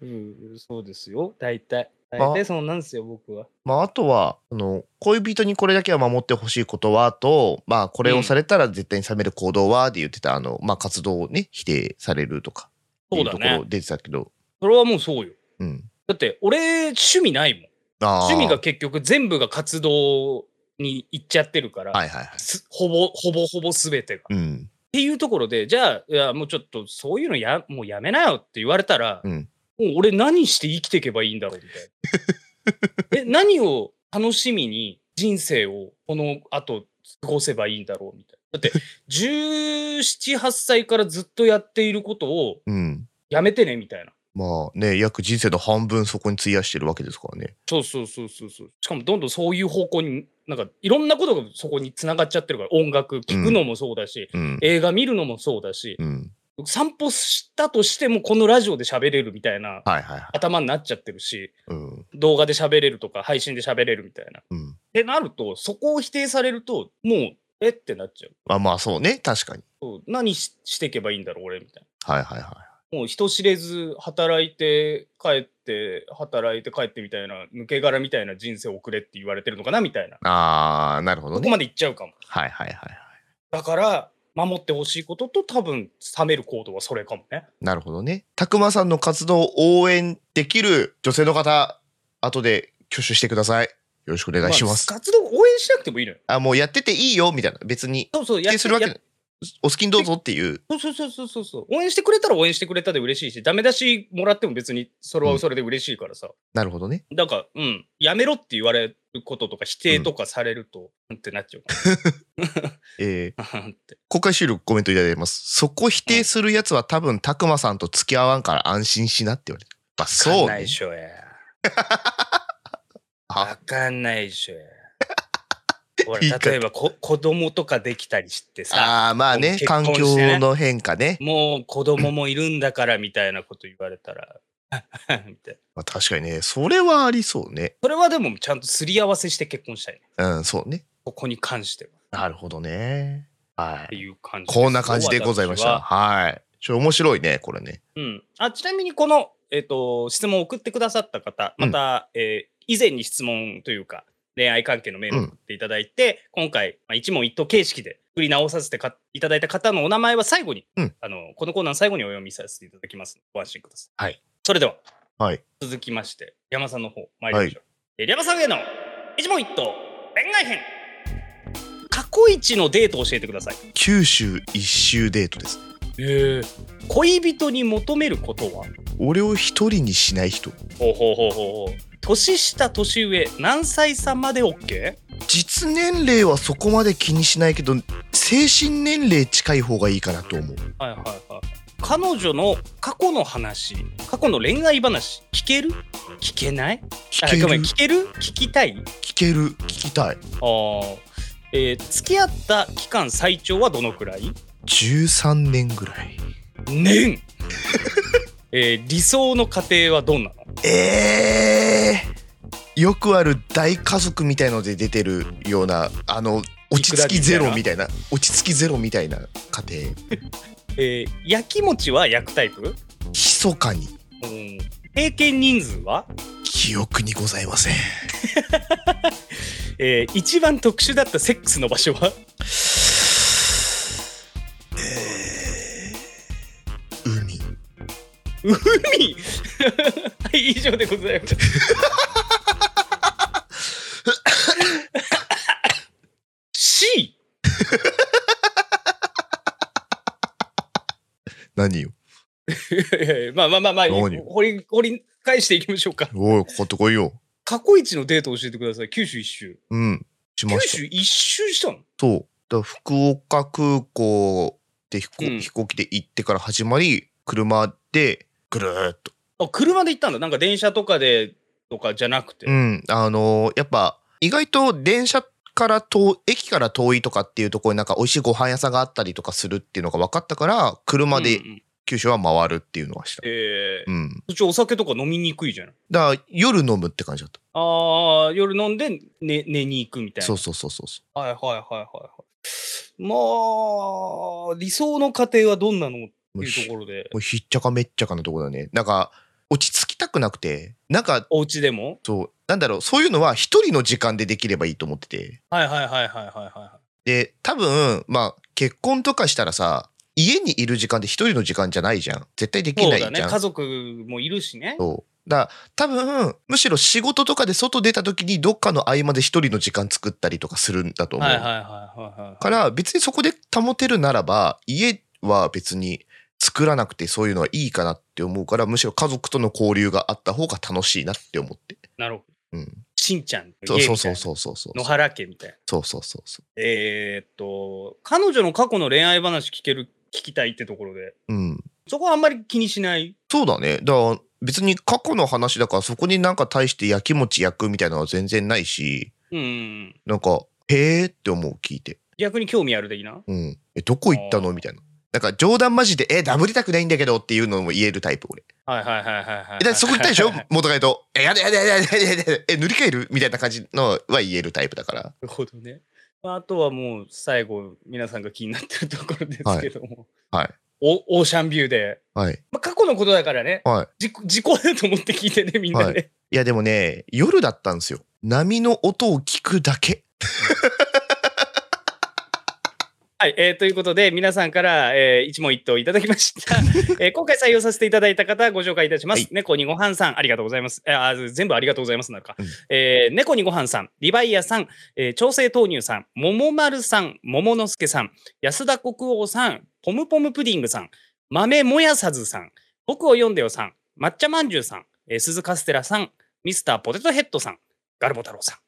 Speaker 1: うん、そうですよ。大体。大体そうなんですよ、僕は。
Speaker 2: まああとはあの恋人にこれだけは守ってほしいことはとまあこれをされたら絶対に冷める行動はで言ってたあのまあ活動をね否定されるとかって
Speaker 1: そ
Speaker 2: いうう
Speaker 1: だ
Speaker 2: ところ
Speaker 1: ね。
Speaker 2: 出てたけど
Speaker 1: それはもうそうよ。
Speaker 2: うん
Speaker 1: だって、俺、趣味ないもん。
Speaker 2: あー
Speaker 1: 趣味が結局全部が活動に行っちゃってるから、
Speaker 2: はいはいはい
Speaker 1: すほぼ、ほぼほぼ全てが。
Speaker 2: う
Speaker 1: っ
Speaker 2: ん
Speaker 1: ていうところで、じゃあ、いやもうちょっとそういうのやもうやめなよって言われたら、
Speaker 2: うん
Speaker 1: もう俺何して生きていけばいいんだろうみた いな。え、何を楽しみに人生をこの後過ごせばいいんだろうみたいな。だ って、17、8歳からずっとやっていることを
Speaker 2: うん
Speaker 1: やめてねみたいな。
Speaker 2: まあね約人生の半分そこに費やしてるわけですからね
Speaker 1: そうそうそうそうそう。しかもどんどんそういう方向に、なんかいろんなことがそこに繋がっちゃってるから、音楽聴くのもそうだし、
Speaker 2: うん
Speaker 1: 映画見るのもそうだし、
Speaker 2: うん
Speaker 1: 散歩したとしてもこのラジオで喋れるみたいな
Speaker 2: はいはいはい
Speaker 1: 頭になっちゃってるし
Speaker 2: うん
Speaker 1: 動画で喋れるとか配信で喋れるみたいな
Speaker 2: うん
Speaker 1: ってなると、そこを否定されると、もう、えってなっちゃう。
Speaker 2: まあまあそうね確かに
Speaker 1: そう何ししていけばいいんだろう、俺みたい
Speaker 2: はいはいはい
Speaker 1: な。もう人知れず働いて帰って働いて帰ってみたいな抜け殻みたいな人生を送れって言われてるのかなみたいな
Speaker 2: あーなるほど
Speaker 1: そ
Speaker 2: ね
Speaker 1: こまでいっちゃうかも
Speaker 2: はいはいはいはい
Speaker 1: だから守ってほしいことと多分冷める行動はそれかもね
Speaker 2: なるほどねたくまさんの活動を応援できる女性の方後で挙手してくださいよろしくお願いします、
Speaker 1: あ活動応援しなくてもいいのよ
Speaker 2: あもうやってていいよみたいな別に
Speaker 1: そうそう
Speaker 2: 否定するわけ
Speaker 1: や
Speaker 2: ないお好きにどうぞっていう
Speaker 1: そうそうそうそうそうそう応援してくれたら応援してくれたで嬉しいしダメ出しもらっても別にそれはそれで嬉しいからさ、
Speaker 2: なるほどね
Speaker 1: なんか、うん、やめろって言われることとか否定とかされると、うんってなっちゃう
Speaker 2: えー
Speaker 1: か なって。
Speaker 2: 公開収録コメントいただいてますそこ否定するやつは多分たくまさんと付き合わんから安心しなって言われた
Speaker 1: わか
Speaker 2: まあ そ
Speaker 1: ん
Speaker 2: う
Speaker 1: ない
Speaker 2: ね
Speaker 1: でしょや。わ
Speaker 2: あ
Speaker 1: かんないでし ょや。ほら
Speaker 2: いいか
Speaker 1: 例えばこ子供とかできたりしてさ、
Speaker 2: あーまあね
Speaker 1: 結
Speaker 2: 環
Speaker 1: 婚してね
Speaker 2: 境の変化ね
Speaker 1: もう子供もいるんだからみたいなこと言われたら、 みたいな。
Speaker 2: まあ、確かにねそれはありそうね
Speaker 1: それはでもちゃんとすり合わせして結婚したいね。
Speaker 2: うんそうね
Speaker 1: ここに関しては。
Speaker 2: なるほどねは
Speaker 1: っ
Speaker 2: い
Speaker 1: ていう感じです
Speaker 2: こんな感じでございまし。た
Speaker 1: 私は
Speaker 2: はいちょ面白いねこれね
Speaker 1: うん、あちなみにこの、えっと質問を送ってくださった方
Speaker 2: う
Speaker 1: ま
Speaker 2: ん
Speaker 1: た、えー以前に質問というか恋愛関係のメールを送っていただいて、今回、まあ、一問一答形式で振り直させてかいただいた方のお名前は最後に、
Speaker 2: うん
Speaker 1: あのこのコーナーの最後にお読みさせていただきますのでご安心ください、
Speaker 2: はい、
Speaker 1: それでは、
Speaker 2: はい
Speaker 1: 続きまして山さんの方参りましょう、えー山さんへの一問一答恋愛編過去一のデートを教えてください
Speaker 2: 九州一周デートです
Speaker 1: え恋人に求めることは
Speaker 2: 俺を一人にしない人
Speaker 1: ほうほうほうほうほう年下年上何歳差まで OK?
Speaker 2: 実年齢はそこまで気にしないけど精神年齢近い方がいいかなと思う
Speaker 1: はいはいはい彼女の過去の話過去の恋愛話聞ける聞けない
Speaker 2: 聞け
Speaker 1: あごめん
Speaker 2: る
Speaker 1: 聞ける聞きたいあ
Speaker 2: 聞ける聞きたい
Speaker 1: ー、えー付き合った期間最長はどのくらい
Speaker 2: 13年ぐらい
Speaker 1: 年 えー理想の家庭はどんなの
Speaker 2: えー、よくある大家族みたいので出てるようなあの落ち着きゼロみたいな落ち着きゼロみたいな家庭
Speaker 1: えー焼き餅は焼くタイプ
Speaker 2: 密かに
Speaker 1: うん経験人数は、
Speaker 2: 記憶にございません
Speaker 1: えー一番特殊だったセックスの場所は
Speaker 2: 海
Speaker 1: 海はい、以上でございます。C?
Speaker 2: 何よ
Speaker 1: まあまあまあまあ、
Speaker 2: 何
Speaker 1: 掘り、掘り返していきましょうか。
Speaker 2: おいかかってこいよ
Speaker 1: 過去一のデートを教えてください。九州一周。
Speaker 2: うんしま
Speaker 1: 九
Speaker 2: した
Speaker 1: 州一周したの
Speaker 2: そうだから福岡空港で飛行,、
Speaker 1: うん
Speaker 2: 飛行機で行ってから始まり車でぐるーっと
Speaker 1: あ、車で行ったんだ。なんか電車とかで、とかじゃなくて。
Speaker 2: うんあのーやっぱ意外と電車から遠駅から遠いとかっていうところになんか美味しいご飯屋さんがあったりとかするっていうのが分かったから車
Speaker 1: う
Speaker 2: で
Speaker 1: んうん
Speaker 2: 九州は回るっていうのはした、
Speaker 1: えー
Speaker 2: うん
Speaker 1: そっちお酒とか飲みにくいじゃない。
Speaker 2: だから夜飲むって感じだった
Speaker 1: ああ、夜飲んで寝寝に行くみたいな。
Speaker 2: そうそうそうそうそう
Speaker 1: はいはいはいはいはい。まあ、理想の家庭はどんなのって
Speaker 2: もう
Speaker 1: いう
Speaker 2: ひ
Speaker 1: ところで、
Speaker 2: もうひっちゃかめっちゃかなところだねなんか落ち着きたくなくてなんか
Speaker 1: お家でも
Speaker 2: そうなんだろうそういうのは一人の時間でできればいいと思ってて
Speaker 1: はいはいはいはいはいは
Speaker 2: で多分まあ結婚とかしたらさ家にいる時間って一人の時間じゃないじゃん絶対で
Speaker 1: い。
Speaker 2: き
Speaker 1: そう
Speaker 2: ないじ
Speaker 1: だ
Speaker 2: ゃん
Speaker 1: ね。家族もいるしね。
Speaker 2: そうだから多分むしろ仕事とかで外出た時にどっかの合間で一人の時間作ったりとかするんだと思う、
Speaker 1: はいはいはいはいはい。
Speaker 2: から別にそこで保てるならば家は別に作らなくてそういうのはいいかなって思うからむしろ家族との交流があった方が楽しいなって思って
Speaker 1: なるほど。
Speaker 2: うん
Speaker 1: しんちゃんの家みた
Speaker 2: そ
Speaker 1: いうな。
Speaker 2: そうそうそうそうそう
Speaker 1: 野原家みたいな。
Speaker 2: そうそうそうそ
Speaker 1: えーっと、彼女の過去の恋愛話聞ける、聞きたいってところで、
Speaker 2: ううん
Speaker 1: そこはあんまり気にしない。
Speaker 2: そうだねだから別に過去の話だからそこになんか対してやきもち焼くみたいなのは全然ないし
Speaker 1: うん。
Speaker 2: なんかへーって思う聞いて
Speaker 1: 逆に興味ある的な。
Speaker 2: うんえどこ行った
Speaker 1: あ
Speaker 2: の
Speaker 1: ー
Speaker 2: みたいななんか冗談マジでえダブりたくないんだけどっていうのも言えるタイプ俺
Speaker 1: はいはいはいはい はい。
Speaker 2: えだそこ行ったでし ょ
Speaker 1: な
Speaker 2: 元彼と「えやだやだやだやだやだやだえ塗り替える?」みたいな感じのは言えるタイプだから
Speaker 1: るほどね。まあ、あとはもう最後、皆さんが気になってるところですけども。
Speaker 2: はいはい
Speaker 1: おオーシャンビューで。
Speaker 2: はい
Speaker 1: まあ、過去のことだからね。
Speaker 2: はい
Speaker 1: 事故事故だと思って聞いてね、みんなで。
Speaker 2: いやでもね夜だったんですよ波の音を聞くだけ
Speaker 1: はい、えーということで、皆さんから、えー一問一答いただきま した、えー今回採用させていただいた方、ご紹介いたします。
Speaker 2: はい
Speaker 1: 猫にごはんさん、ありがとうございます。えーあー全部ありがとうございますなのか。
Speaker 2: うん
Speaker 1: えー猫にごはんさん、リバイアさん、えー調整豆乳さん、桃丸さん、桃之助さん、安田国王さん、ポムポムプディングさん、豆もやさずさん、僕を読んでよさん、抹茶まんじゅうさん、えー鈴カステラさん、ミスターポテトヘッドさん、ガルボ太郎さん、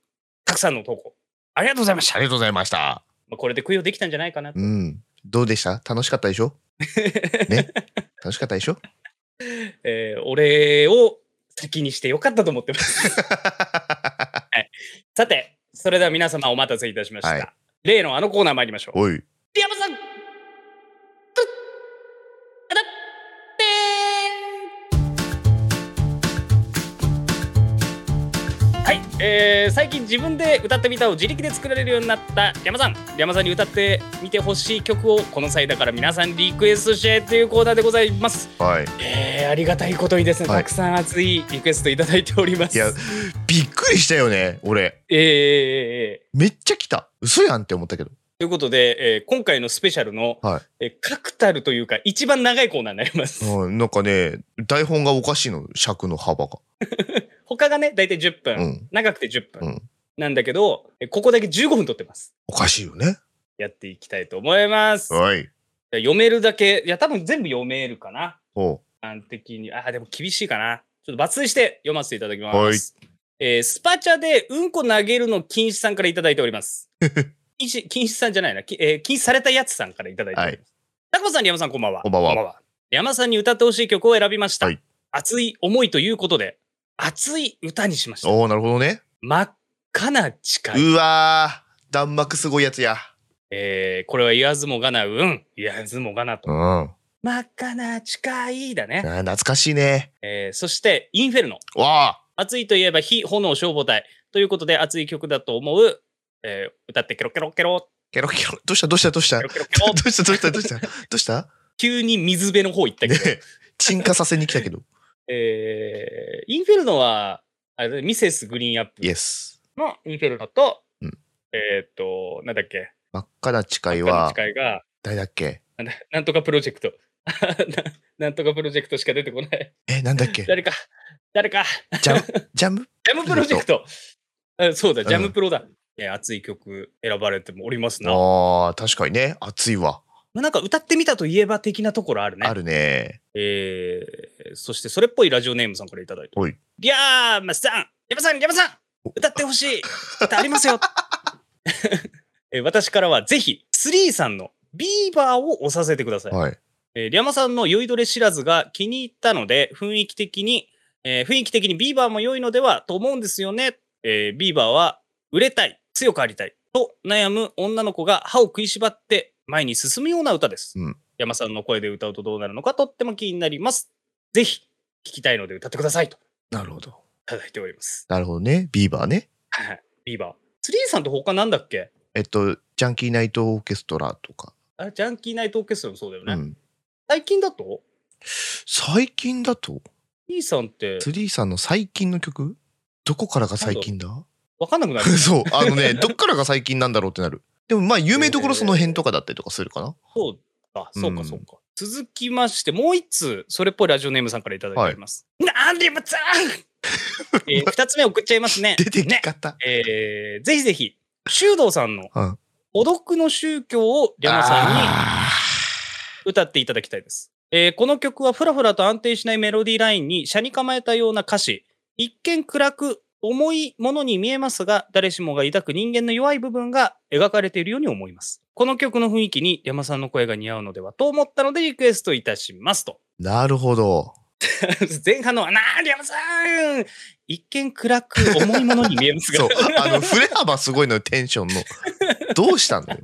Speaker 1: たくさんの投稿、ありがとうございました。
Speaker 2: ありがとうございました
Speaker 1: まあこれで供養できたんじゃないかなと
Speaker 2: うんどうでした楽しかったでしょ ね楽しかったでしょ
Speaker 1: えー、お礼を先にしてよかったと思ってます。 さて、それでは皆様お待たせいたしました。
Speaker 2: はい
Speaker 1: 例のあのコーナー参りましょう。
Speaker 2: おい
Speaker 1: ピアマさんはい、えー、最近自分で歌ってみたを自力で作られるようになった山さん山さんに歌ってみてほしい曲をこの際だから皆さんリクエストしてというコーナーでございます
Speaker 2: はい
Speaker 1: えー、ありがたいことにですね、
Speaker 2: は
Speaker 1: た
Speaker 2: い
Speaker 1: くさん熱いリクエストいただいております。
Speaker 2: いやびっくりしたよね俺
Speaker 1: えーえーえー
Speaker 2: めっちゃ来た嘘やんって思ったけど
Speaker 1: ということで、えー今回のスペシャルの、
Speaker 2: はい
Speaker 1: えー確たるというか一番長いコーナーになります。
Speaker 2: うんなんかね台本がおかしいの尺の幅が
Speaker 1: 他がね大体10分、
Speaker 2: うん
Speaker 1: 長くて10分、
Speaker 2: うん
Speaker 1: なんだけどえーここだけ15分撮ってます。
Speaker 2: おかしいよね
Speaker 1: やっていきたいと思います。
Speaker 2: はい
Speaker 1: じゃあ読めるだけいや多分全部読めるかな。
Speaker 2: お
Speaker 1: 般的にあーでも厳しいかな。ちょっと抜粋して読ませていただきます。えースパチャでうんこ投げるの禁止さんからいただいております。 禁止禁止さんじゃないな、きえー禁止されたやつさんからいただいております。高さん、山さん、こんばんは。
Speaker 2: こんばんは
Speaker 1: 山さんに歌ってほしい曲を選びました。
Speaker 2: はい
Speaker 1: 熱い思いということで、熱い歌にしました。
Speaker 2: おーなるほどね
Speaker 1: 真っ赤な誓い。
Speaker 2: うわー弾幕すごいやつや
Speaker 1: えーこれは言わずもがな、うん、言わずもがなと。
Speaker 2: うんあ
Speaker 1: 真っ赤な誓いだね。
Speaker 2: ー懐かしいね
Speaker 1: えーそして、インフェルノ。
Speaker 2: わ
Speaker 1: 熱いといえば火、炎、消防隊。ということで、熱い曲だと思う。えー歌ってケロケロケロ、
Speaker 2: ーケロケロどうしたどうしたどうした
Speaker 1: ケ
Speaker 2: ど
Speaker 1: ロケロケロ。
Speaker 2: うしたどうしたどうしたどうした
Speaker 1: 急に水辺の方行ったけ
Speaker 2: ね
Speaker 1: ど。
Speaker 2: え沈下させに来た けど
Speaker 1: えーインフェルノは、あれだねミセスグリーンアップ
Speaker 2: イエス
Speaker 1: のインフェルノと、
Speaker 2: うん
Speaker 1: えーっと、なんだっけ、
Speaker 2: 真っ赤な誓い
Speaker 1: 他の
Speaker 2: は
Speaker 1: 誓いが、
Speaker 2: 誰だっけ
Speaker 1: なんだなんとかプロジェクト。 ななんとかプロジェクトしか出てこない。
Speaker 2: えなんだっけ
Speaker 1: 誰か、誰か、
Speaker 2: ジャムジャム
Speaker 1: ジャムプロジェクト。あ そうだ、
Speaker 2: うん
Speaker 1: ジャムプロだ。えー熱い曲選ばれてもおりますな。
Speaker 2: あー確かにね熱いわ
Speaker 1: まあなんか歌ってみたといえば的なところあるね。
Speaker 2: あるね
Speaker 1: えーそしてそれっぽいラジオネームさんからいただいて
Speaker 2: おい。
Speaker 1: リャーマさんリャマさんリャマさん歌ってほしい歌ありますよ えー私からはぜひ、スリーさんのビーバーを押させてください。
Speaker 2: はい
Speaker 1: えーリャマさんの酔いどれ知らずが気に入ったので、雰囲気的に、えー雰囲気的にビーバーも良いのではと思うんですよね。えービーバーは売れたい、強くありたいと悩む女の子が歯を食いしばって前に進むような歌です。
Speaker 2: うん
Speaker 1: 山さんの声で歌うとどうなるのかとっても気になります。ぜひ聞きたいので歌ってくださいとい
Speaker 2: なるほど
Speaker 1: ただいております。
Speaker 2: なるほどねビーバーね
Speaker 1: はいビーバー。スリーさんと他なんだっけ
Speaker 2: えっとジャンキーナイトオーケストラとか
Speaker 1: あれジャンキーナイトオーケストラもそうだよね。
Speaker 2: うん
Speaker 1: 最近だと
Speaker 2: 最近だと
Speaker 1: スリーさんって
Speaker 2: ツリーさんの最近の曲どこからが最近だ。
Speaker 1: 分かんなくなる
Speaker 2: そうあのねどっからが最近なんだろうってなるでもまあ有名どころその辺とかだったりとかするかな、
Speaker 1: そうか、そう
Speaker 2: う
Speaker 1: か、
Speaker 2: ん
Speaker 1: そうか。続きまして、もう一通、それっぽいラジオネームさんからいただいております。なんでもちゃん えー二つ目送っちゃいますね。
Speaker 2: 出てき
Speaker 1: ね、
Speaker 2: 方、
Speaker 1: えーぜひぜひ、修道さんの
Speaker 2: うん
Speaker 1: 孤独の宗教をリャマさんに
Speaker 2: あ
Speaker 1: 歌っていただきたいです。えーこの曲はふらふらと安定しないメロディーラインに車に構えたような歌詞、一見暗く重いものに見えますが、誰しもが抱く人間の弱い部分が描かれているように思います。この曲の雰囲気に山さんの声が似合うのではと思ったのでリクエストいたしますと。
Speaker 2: ーなるほど
Speaker 1: 前半のは、なあ、山さん一見暗く重いものに見えますが
Speaker 2: そう、あの、振れ幅すごいのよテンションの。どうしたのよ。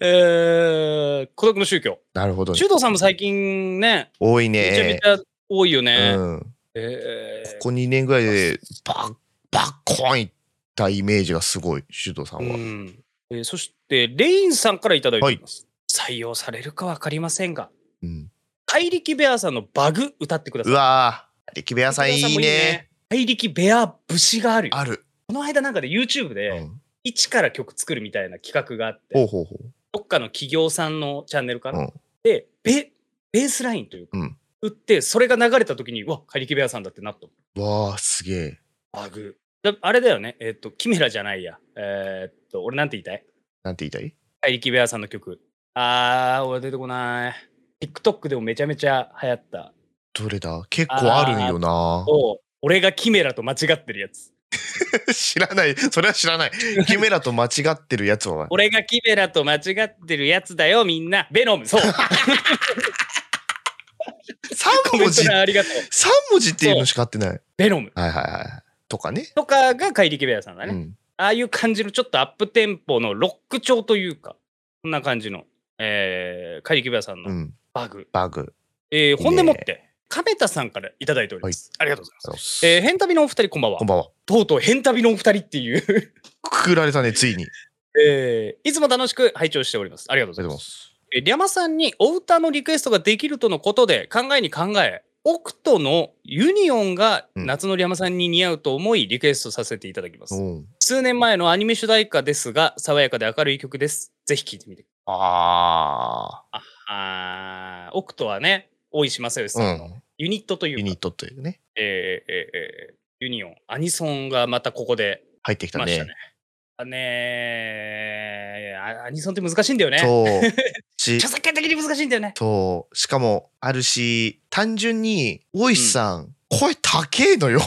Speaker 1: えー孤独の宗教。
Speaker 2: なるほどね
Speaker 1: 修。道さんも最近ね、
Speaker 2: 多い
Speaker 1: めちゃめ
Speaker 2: ね
Speaker 1: ち。ゃ多いよね。
Speaker 2: うん、こ
Speaker 1: えー
Speaker 2: こ2年ぐらいでバッバッコーンいったイメージがすごいシュートさんは、
Speaker 1: うんえーそしてレインさんからいただいています、採用されるかわかりませんが
Speaker 2: うん、
Speaker 1: 怪力ベアさんのバグ歌ってくださ
Speaker 2: う
Speaker 1: い
Speaker 2: わー力部屋さんいいね
Speaker 1: ベア怪力ベア節があるよ
Speaker 2: ある、
Speaker 1: この間なんかで YouTube
Speaker 2: う
Speaker 1: で
Speaker 2: ん、
Speaker 1: 一から曲作るみたいな企画があって、
Speaker 2: ほうほうほ
Speaker 1: どっかの企業さんのチャンネルかな、
Speaker 2: うん
Speaker 1: でベベースラインというか、
Speaker 2: うん
Speaker 1: 打ってそれが流れた時にうわ怪力ベアさんだってなった
Speaker 2: うわあすげえ
Speaker 1: バグだあれだよねえっ、とキメラじゃないやえーっと俺なんて言いたい
Speaker 2: なんて言いたい
Speaker 1: 怪力ベアさんの曲。あー、俺出てこない。TikTok でもめちゃめちゃ流行った。
Speaker 2: どれだ結構あるんよな
Speaker 1: お俺がキメラと間違ってるやつ。
Speaker 2: 知らないそれは知 らないキメラと間違ってるやつは
Speaker 1: 俺がキメラと間違ってるやつだよ、みんな。ベノム、そう。コメン
Speaker 2: 3文
Speaker 1: ト
Speaker 2: 字
Speaker 1: 欄ありがとう。
Speaker 2: 三文字っていうのしか合ってない
Speaker 1: ベノム
Speaker 2: はいはいはいとかね
Speaker 1: とかが怪力ベアさんだね。
Speaker 2: うん
Speaker 1: ああいう感じのちょっとアップテンポのロック調というか、こんな感じの、えー、怪力ベアさん
Speaker 2: う
Speaker 1: の
Speaker 2: ん
Speaker 1: バグ。
Speaker 2: バグ
Speaker 1: えー、本音持って、亀田さんからいただいております。ありがとうございます。えー、変旅のお二人、こんばんは
Speaker 2: こん。ばんは
Speaker 1: とうとう変旅のお二人っていう
Speaker 2: くくられたねついにあり
Speaker 1: えーいつも楽しく拝聴しております。ありがとうご
Speaker 2: が
Speaker 1: ざい
Speaker 2: とう
Speaker 1: ま。
Speaker 2: ございますす
Speaker 1: えーリャマさんにお歌のリクエストができるとのことで考えに考え、オクトのユニオンが
Speaker 2: うん
Speaker 1: 夏のリャマさんに似合うと思いリクエストさせていただきます。
Speaker 2: うん
Speaker 1: 数年前のアニメ主題歌ですが、爽やかで明るい曲です。ぜひ聴いてみてく
Speaker 2: あ
Speaker 1: ださい。あーオクトはね、大石正義
Speaker 2: あう
Speaker 1: さんの
Speaker 2: ん
Speaker 1: ユニットとい
Speaker 2: ユ
Speaker 1: うか、
Speaker 2: ニットというね
Speaker 1: えーえーえーユニオン、アニソンがまたここで
Speaker 2: 入ってき
Speaker 1: 来
Speaker 2: た
Speaker 1: ました
Speaker 2: ね
Speaker 1: ね。あねーあアニソンって難しいんだよね。
Speaker 2: そう し
Speaker 1: 著作権的に難しいんだよね。
Speaker 2: そうしかもあるし単純に大石さん声高えのよ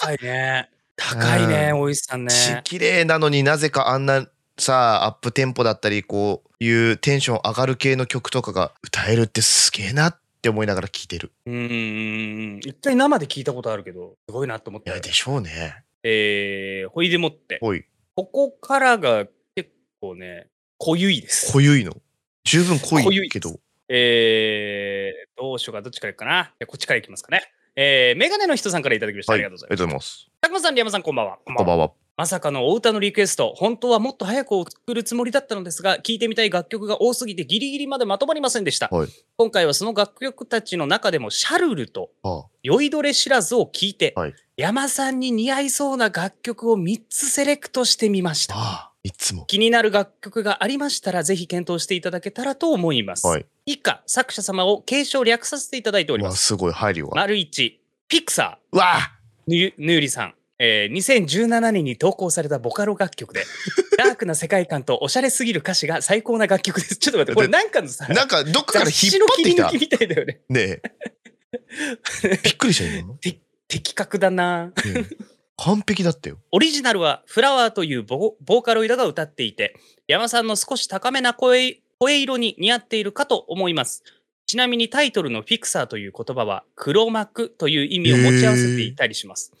Speaker 1: 高いね。高いね、
Speaker 2: う
Speaker 1: 大石さんね。
Speaker 2: ち綺麗なのになぜかあんなさあアップテンポだったりこういうテンション上がる系の曲とかが歌えるってすげえなって思いながら聴いてる
Speaker 1: うーん。一回生で聞いたことあるけど、すごいなと思っ
Speaker 2: い
Speaker 1: たよ
Speaker 2: やでしょうね
Speaker 1: えー、ほいでもって。
Speaker 2: おい
Speaker 1: ここからが結構ね、濃ゆいです。
Speaker 2: 濃ゆいの十分濃
Speaker 1: 濃ゆ
Speaker 2: い
Speaker 1: い
Speaker 2: けど
Speaker 1: えー、どうしようか、どっちからいくかな。じゃあこっちからいきますかね。えー、メガネの人さんからいただきました。
Speaker 2: は
Speaker 1: あ
Speaker 2: い
Speaker 1: り
Speaker 2: あ
Speaker 1: が
Speaker 2: り
Speaker 1: とう
Speaker 2: が
Speaker 1: ござい
Speaker 2: と
Speaker 1: うま
Speaker 2: ご
Speaker 1: す。
Speaker 2: ざ
Speaker 1: た
Speaker 2: います
Speaker 1: くまさん、リヤマさん、こんばんは。こんば
Speaker 2: こんばんは
Speaker 1: まさかのお歌のリクエスト、本当はもっと早く送るつもりだったのですが、聴いてみたい楽曲が多すぎてギリギリまでまとまりませんでした。
Speaker 2: はい
Speaker 1: 今回はその楽曲たちの中でも、シャルルと
Speaker 2: あ
Speaker 1: 酔いどれ知らずを聞いて、
Speaker 2: はい
Speaker 1: 山さんに似合いそうな楽曲を3つセレクトしてみました。
Speaker 2: あいつも
Speaker 1: 気になる楽曲がありましたら、ぜひ検討していただけたらと思います。
Speaker 2: はい
Speaker 1: 以下、作者様を継承略させていただいており
Speaker 2: うわ
Speaker 1: ます。
Speaker 2: すごい配慮が
Speaker 1: 丸1、ピクサー。
Speaker 2: うわあ
Speaker 1: ぬぬゆりさん、えー2017年に投稿されたボカロ楽曲 で、ダークな世界観とおしゃれすぎる歌詞が最高な楽曲です。ちょっと待って、これなんかのさ、
Speaker 2: なんかどっかから引っ張ってき
Speaker 1: 雑誌の
Speaker 2: た
Speaker 1: 切り抜きみたいだよね。
Speaker 2: ねえ びっくりしたよ今
Speaker 1: 的確だな。
Speaker 2: うん完璧だったよ
Speaker 1: オリジナルはフラワーというボボーカロイドが歌っていて、山さんの少し高めな声声色に似合っているかと思います。ちなみにタイトルのフィクサーという言葉は黒幕という意味を持ち合わせていたりします。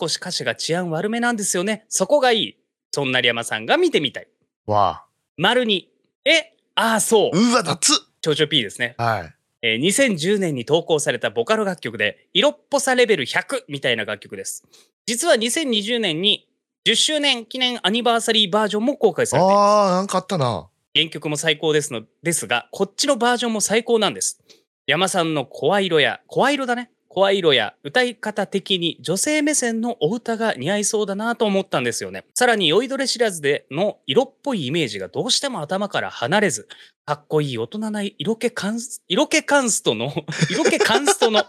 Speaker 1: 少し歌詞が治安悪めなんですよね。そこがいい。そんな山さんが見てみたい。
Speaker 2: わあ
Speaker 1: 丸に、え、ああ、そう。
Speaker 2: うわ夏
Speaker 1: ちょちょ P ですね。
Speaker 2: はい
Speaker 1: えー2010年に投稿されたボカロ楽曲で、色っぽさレベル100みたいな楽曲です。実は2020年に10周年記念アニバーサリーバージョンも公開されています
Speaker 2: あーなんかあったな
Speaker 1: 原曲も最高ですのですが、こっちのバージョンも最高なんです。山さんの声色や、声色だね。声色や歌い方的に女性目線のお歌が似合いそうだなと思ったんですよね。さらに酔いどれ知らずでの色っぽいイメージがどうしても頭から離れず、かっこいい大人な色気カンス、色気カンストの、 色気カンストの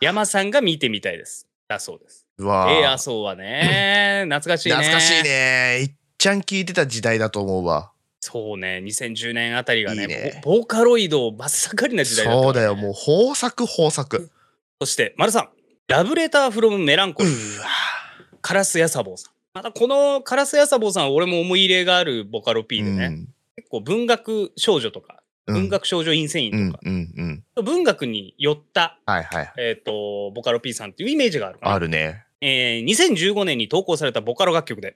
Speaker 1: 山さんが見てみたいです。だそうです。
Speaker 2: うわあ
Speaker 1: ええあそうはね、懐かしいね。
Speaker 2: 懐かしい。ねいっちゃん聞いてた時代だと思うわ
Speaker 1: そうね、2010年あたりがね、
Speaker 2: いいね
Speaker 1: ボボーカロイド真っ盛りな時代だったからね、
Speaker 2: そうだよもう豊作豊作
Speaker 1: そして、丸さん、ラブレターフロムメランコ
Speaker 2: う
Speaker 1: リー、
Speaker 2: わ
Speaker 1: カラスヤサボーさん。またこのカラスヤサボーさんは俺も思い入れがあるボカロ P でね、結構文学少女とか、
Speaker 2: うん
Speaker 1: 文学少女院生員
Speaker 2: う
Speaker 1: と
Speaker 2: ん
Speaker 1: か、
Speaker 2: うんうん
Speaker 1: 文学に寄った、
Speaker 2: はいはい
Speaker 1: えっとボカロ P さんっていうイメージがあるかな
Speaker 2: あるね
Speaker 1: えー2015年に投稿されたボカロ楽曲で、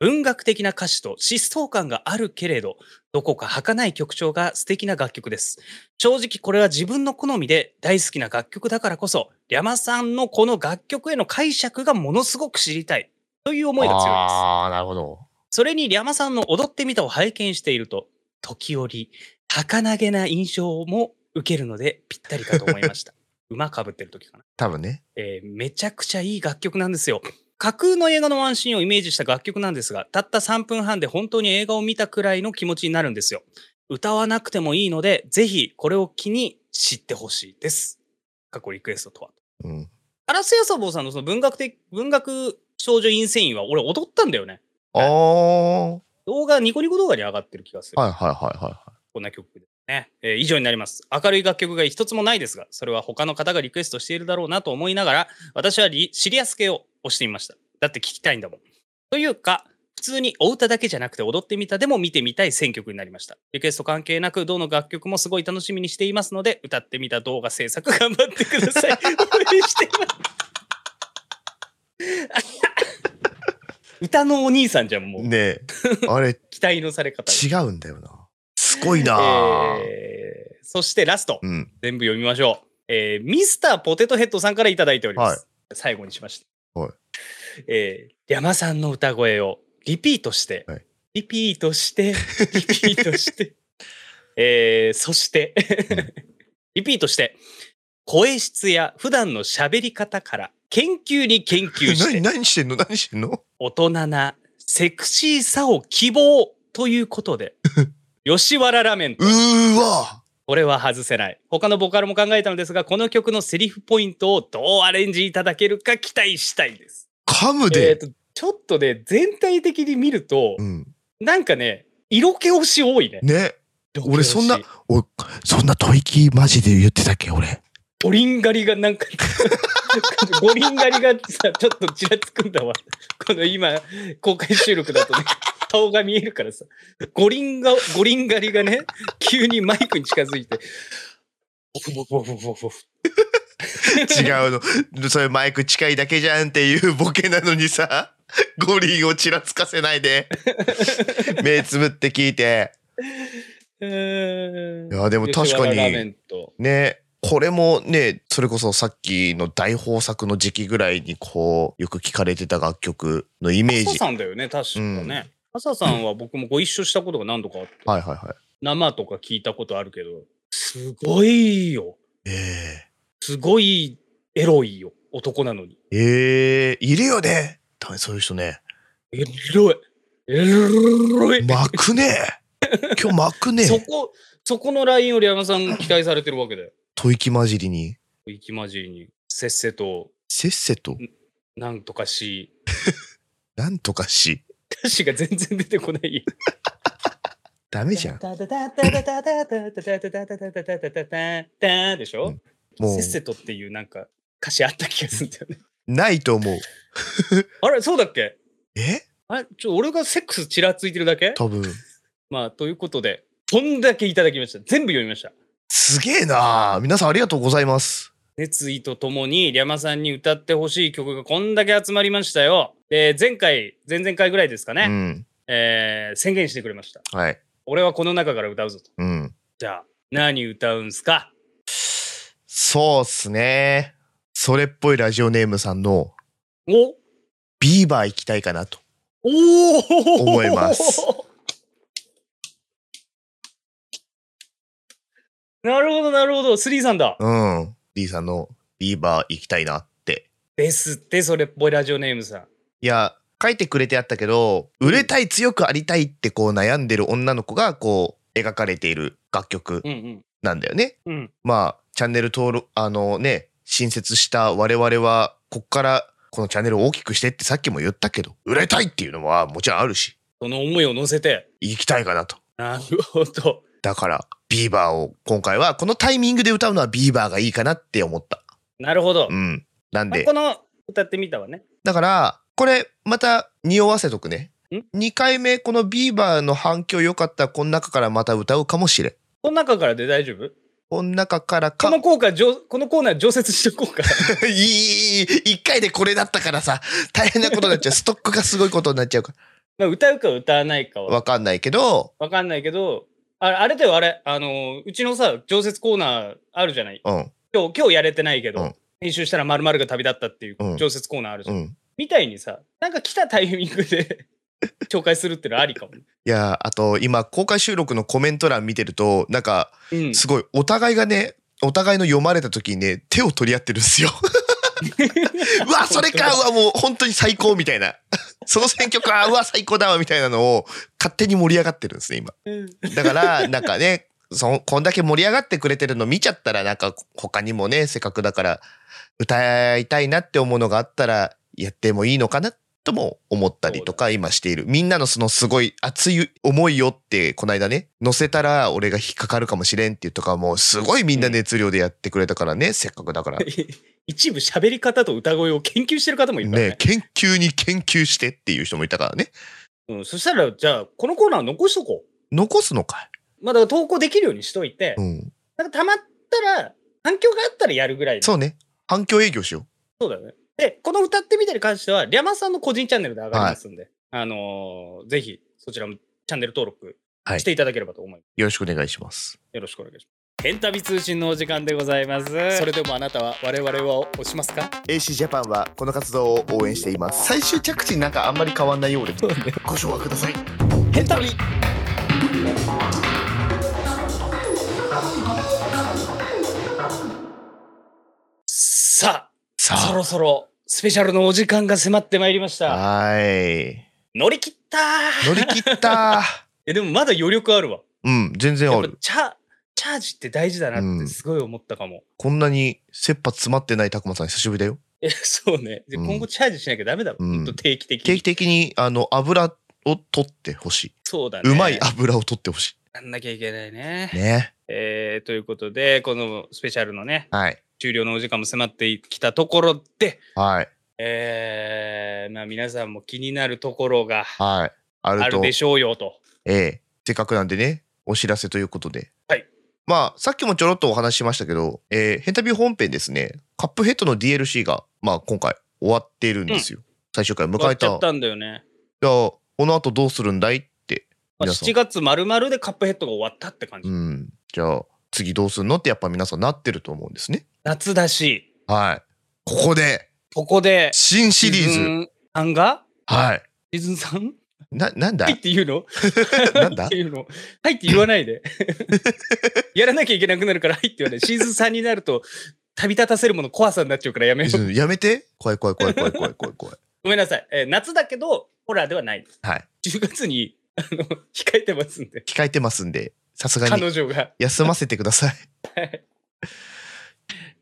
Speaker 1: 文学的な歌詞と疾走感があるけれど、どこか儚い曲調が素敵な楽曲です。正直これは自分の好みで大好きな楽曲だからこそ、リャマさんのこの楽曲への解釈がものすごく知りたいという思いが強いです。
Speaker 2: ああ、なるほど。
Speaker 1: それにリャマさんの踊ってみたを拝見していると、時折、儚げな印象も受けるのでぴったりかと思いました。馬かぶってる時かな、
Speaker 2: 多分ね。
Speaker 1: えーめちゃくちゃいい楽曲なんですよ。架空の映画のワンシーンをイメージした楽曲なんですが、たった3分半で本当に映画を見たくらいの気持ちになるんですよ。歌わなくてもいいので、ぜひこれを機に知ってほしいです。過去リクエストとは。
Speaker 2: うん。
Speaker 1: 荒瀬遊坊さんのその文学的、文学少女インセインは俺踊ったんだよね。
Speaker 2: ああ。はい
Speaker 1: 動画、ニコニコ動画に上がってる気がする。
Speaker 2: はいはいはい。
Speaker 1: こんな曲ですね、えー以上になります。明るい楽曲が一つもないですが、それは他の方がリクエストしているだろうなと思いながら、私はリシリアス系を押してみました。だって聞きたいんだもん。というか、普通にお歌だけじゃなくて踊ってみたでも見てみたい選曲になりました。リクエスト関係なく、どの楽曲もすごい楽しみにしていますので、歌ってみた動画制作頑張ってください。応援しています。歌のお兄さんじゃん、もう。
Speaker 2: ねえ。あれ、
Speaker 1: 期待のされ方が。
Speaker 2: 違うんだよな。すごいなあ、
Speaker 1: えーそしてラスト。
Speaker 2: うん。
Speaker 1: 全部読みましょう。えー、ミスターポテトヘッドさんからいただいております。
Speaker 2: はい
Speaker 1: 最後にしました。
Speaker 2: はい
Speaker 1: えー、山さんの歌声をリピートして、
Speaker 2: はい
Speaker 1: リピートして、リピートして、 えー、そして、
Speaker 2: うん
Speaker 1: リピートして、声質や普段の喋り方から研究に研究し
Speaker 2: 何、
Speaker 1: て、
Speaker 2: 何してんの何してんの
Speaker 1: 大人なセクシーさを希望ということ で、吉原ラーメンと
Speaker 2: うーわ
Speaker 1: これは外せない。他のボカロも考えたのですが、この曲のセリフポイントをどうアレンジいただけるか期待したいです。
Speaker 2: 噛む
Speaker 1: えー
Speaker 2: で、
Speaker 1: とちょっとね、全体的に見ると
Speaker 2: う、ん。
Speaker 1: なんかね、色気推し多いね。
Speaker 2: ね。
Speaker 1: 色気推し
Speaker 2: 俺そんな、おいそんな吐息マジで言ってたっけ俺。
Speaker 1: 五輪狩りがなんか、 五輪狩りがさ、ちょっとちらつくんだわ。この今、公開収録だとね、 顔が見えるからさ、五輪が、五輪狩りがね、急にマイクに近づいて、ボフボフボフボフ ボフ。
Speaker 2: 違うの。それマイク近いだけじゃんっていうボケなのにさ、五輪をちらつかせないで。目つぶって聞いて。
Speaker 1: え
Speaker 2: い
Speaker 1: ー
Speaker 2: や、でも確か
Speaker 1: 吉原ラーメ
Speaker 2: に、
Speaker 1: ンと
Speaker 2: ね。これもね、それこそさっきの大豊作の時期ぐらいにこう、よく聞かれてた楽曲のイメー
Speaker 1: 朝
Speaker 2: ジ。
Speaker 1: さんだよね確かね、朝さんは僕もご一緒したことが何度かあって
Speaker 2: はいはいはい。
Speaker 1: 生とか聞いたことあるけどすごいよ
Speaker 2: ええ
Speaker 1: すごいエロいよ男なのに
Speaker 2: ええいるよね。多分そういう人ね。
Speaker 1: エロいエロい、
Speaker 2: 巻くね。今日巻くね。
Speaker 1: そこそこのラインをリアマさん期待されてるわけで
Speaker 2: 吐息混じりに、
Speaker 1: 行きまじりにせっせと
Speaker 2: せっせと、
Speaker 1: なんとかし
Speaker 2: なんとかし。
Speaker 1: 歌詞が全然出てこない
Speaker 2: ダメじゃん。
Speaker 1: でしょ
Speaker 2: も
Speaker 1: せ
Speaker 2: う
Speaker 1: っ、せとっていうなんか歌詞あった気がするんだよね。
Speaker 2: ないと思う。
Speaker 1: あれそうだっけ
Speaker 2: え
Speaker 1: あれちょ、俺がセックスちらついてるだけ
Speaker 2: 多分。
Speaker 1: まあ、ということで、こんだけいただきました。全部読みました。
Speaker 2: すげえな皆さんありがとうございます。
Speaker 1: 熱意とともに、リャマさんに歌ってほしい曲がこんだけ集まりましたよ。で、前回、前々回ぐらいですかね、
Speaker 2: うん。
Speaker 1: えー宣言してくれました。
Speaker 2: はい。
Speaker 1: 俺はこの中から歌うぞと。
Speaker 2: うん。
Speaker 1: じゃあ、何歌うんすか
Speaker 2: そうっすね。それっぽいラジオネームさんの
Speaker 1: お
Speaker 2: ビーバー行きたいかなと。
Speaker 1: おお
Speaker 2: 思います。
Speaker 1: なるほど、なるほど。スリーさんだ。
Speaker 2: うん。D さんのビーバー行きたいなって
Speaker 1: ですって、それっぽいラジオネームさん。
Speaker 2: いや書いてくれてあったけど売れたい強くありたいってこう悩んでる女の子がこう描かれている楽曲
Speaker 1: うん
Speaker 2: なんだよね。
Speaker 1: うん。うん。
Speaker 2: まあチャンネル登録あのね新設した我々はこっからこのチャンネルを大きくしてってさっきも言ったけど売れたいっていうのはもちろんあるし
Speaker 1: その思いを乗せて。
Speaker 2: 行きたいかなと。
Speaker 1: なるほど。
Speaker 2: だからビーバーを今回はこのタイミングで歌うのはビーバーがいいかなって思った。
Speaker 1: なるほど。
Speaker 2: うん。なん
Speaker 1: まあ
Speaker 2: で
Speaker 1: この歌ってみたわね。
Speaker 2: だからこれまた匂わせとくね
Speaker 1: ん
Speaker 2: 2回目このビーバーの反響良かったらこの中からまた歌うかもしれん
Speaker 1: この中からで大丈夫
Speaker 2: この中からか
Speaker 1: この効果、じょこのコーナー常設しとこうか。
Speaker 2: いいいいいい1回でこれだったからさ大変なことになっちゃうストックがすごいことになっちゃうから
Speaker 1: まあ、歌うか歌わないかは
Speaker 2: わかんないけど、
Speaker 1: わかんないけど、あれあれだよ、あれ、あの、うちのさ、常設コーナーあるじゃない。
Speaker 2: うん、
Speaker 1: 今日、今日やれてないけど、
Speaker 2: うん
Speaker 1: 編集したら〇〇が旅立ったっていう
Speaker 2: うん
Speaker 1: 常設コーナーあるじゃ。
Speaker 2: うんん。
Speaker 1: みたいにさ、なんか来たタイミングで 紹介するってのはありかもね。
Speaker 2: いやーあと今公開収録のコメント欄見てるとなんか
Speaker 1: うん。
Speaker 2: すごいお互いがねお互いの読まれた時にね手を取り合ってるんで すよ。うわそれかうわもう本当に最高みたいなその選挙かうわ最高だわみたいなのを勝手に盛り上がってるんですね今。
Speaker 1: うん
Speaker 2: だからなんかねそこんだけ盛り上がってくれてるの見ちゃったらなんか他にもねせっかくだから歌いたいなって思うのがあったらやってもいいのかなとも思ったりとか今しているみんなのそのすごい熱い思いよってこの間ね載せたら俺が引っかかるかもしれんっていうとかもうすごいみんな熱量でやってくれたからねせっかくだ から
Speaker 1: 一部喋り方と歌声を研究してる方もいるからね。
Speaker 2: ね研究に研究してっていう人もいたからね
Speaker 1: うん、そしたら、じゃあ、このコーナー残しとこ
Speaker 2: 残すのか
Speaker 1: う。まあ、だから投稿できるようにしといて
Speaker 2: い、うん
Speaker 1: なんかたまったら、反響があったらやるぐらいの
Speaker 2: そうね反響営業しよう
Speaker 1: そうだよね。で、この歌ってみたに関しては、リャマさんの個人チャンネルで上がりますんで、あのーぜひ、そちらもチャンネル登録
Speaker 2: はい
Speaker 1: していただければと思います。
Speaker 2: よろしくお願いします
Speaker 1: よろしくお願いします。ヘンタビ通信のお時間でございます。それでもあなたは我々は押します か
Speaker 2: AC ジャパンはこの活動を応援しています最終着地なんかあんまり変わんないようでご紹介ください
Speaker 1: ヘンタビさあ、そ
Speaker 2: さ
Speaker 1: ろそろスペシャルのお時間が迫ってまいりまし
Speaker 2: あ
Speaker 1: た。
Speaker 2: はーい
Speaker 1: 乗り切ったー
Speaker 2: 乗り切ったー
Speaker 1: え、でもまだ余力あるわ。
Speaker 2: うん全然
Speaker 1: や
Speaker 2: あ
Speaker 1: っぱ
Speaker 2: る
Speaker 1: チャチャージって大事だな
Speaker 2: う
Speaker 1: って
Speaker 2: ん
Speaker 1: すごい思ったかも。
Speaker 2: こんなに切羽詰まってないたくまさん久しぶりだよ
Speaker 1: え、そうね。で
Speaker 2: うん
Speaker 1: 今後チャージしなきゃダメだろ。
Speaker 2: うん
Speaker 1: ほんと定期的に。
Speaker 2: 定期的にあの油を取ってほしい、
Speaker 1: そうだね。
Speaker 2: うまい油を取ってほし
Speaker 1: やんなきゃいけないね。
Speaker 2: いね
Speaker 1: えーということで、このスペシャルのね、
Speaker 2: はい
Speaker 1: 終了のお時間も迫ってきたところで、
Speaker 2: はい
Speaker 1: えーまあ皆さんも気になるところが
Speaker 2: はいあ
Speaker 1: あ
Speaker 2: る
Speaker 1: る
Speaker 2: と
Speaker 1: でしょうよと。
Speaker 2: ええせっかくなんでねお知らせということで
Speaker 1: はい
Speaker 2: まあさっきもちょろっとお話ししましたけど「えー、ヘンタビュー本編」ですねカップヘッドの DLC が、まあ、今回終わっているんですよ、最終回迎
Speaker 1: 終わ
Speaker 2: え
Speaker 1: っちゃ
Speaker 2: た
Speaker 1: ったんだよね。
Speaker 2: じゃあこの後どうするんだいって
Speaker 1: まあ、
Speaker 2: 皆さん
Speaker 1: 7月まるまるでカップヘッドが終わったって感じ。
Speaker 2: うんじゃあ次どうするのってやっぱ皆さんなってると思うんですね
Speaker 1: 夏だし、
Speaker 2: はいここで
Speaker 1: ここで
Speaker 2: 新シリーズ
Speaker 1: ズン3が
Speaker 2: はい
Speaker 1: シーズン 3?
Speaker 2: ななんだ
Speaker 1: はいって言うの
Speaker 2: なんだ
Speaker 1: はいって言うのはいって言わないで。やらなきゃいけなくなるからはいって言わない。シーズン3になると旅立たせるもの怖さになっちゃうからやめよう。
Speaker 2: やめて怖い怖い怖い怖い怖い怖い怖い
Speaker 1: ごめんなさい。えー夏だけどホラーではない。
Speaker 2: はい
Speaker 1: 10月にあの控えてますんで。
Speaker 2: 控えてますんでさすがに
Speaker 1: 彼女が。
Speaker 2: 休ませてください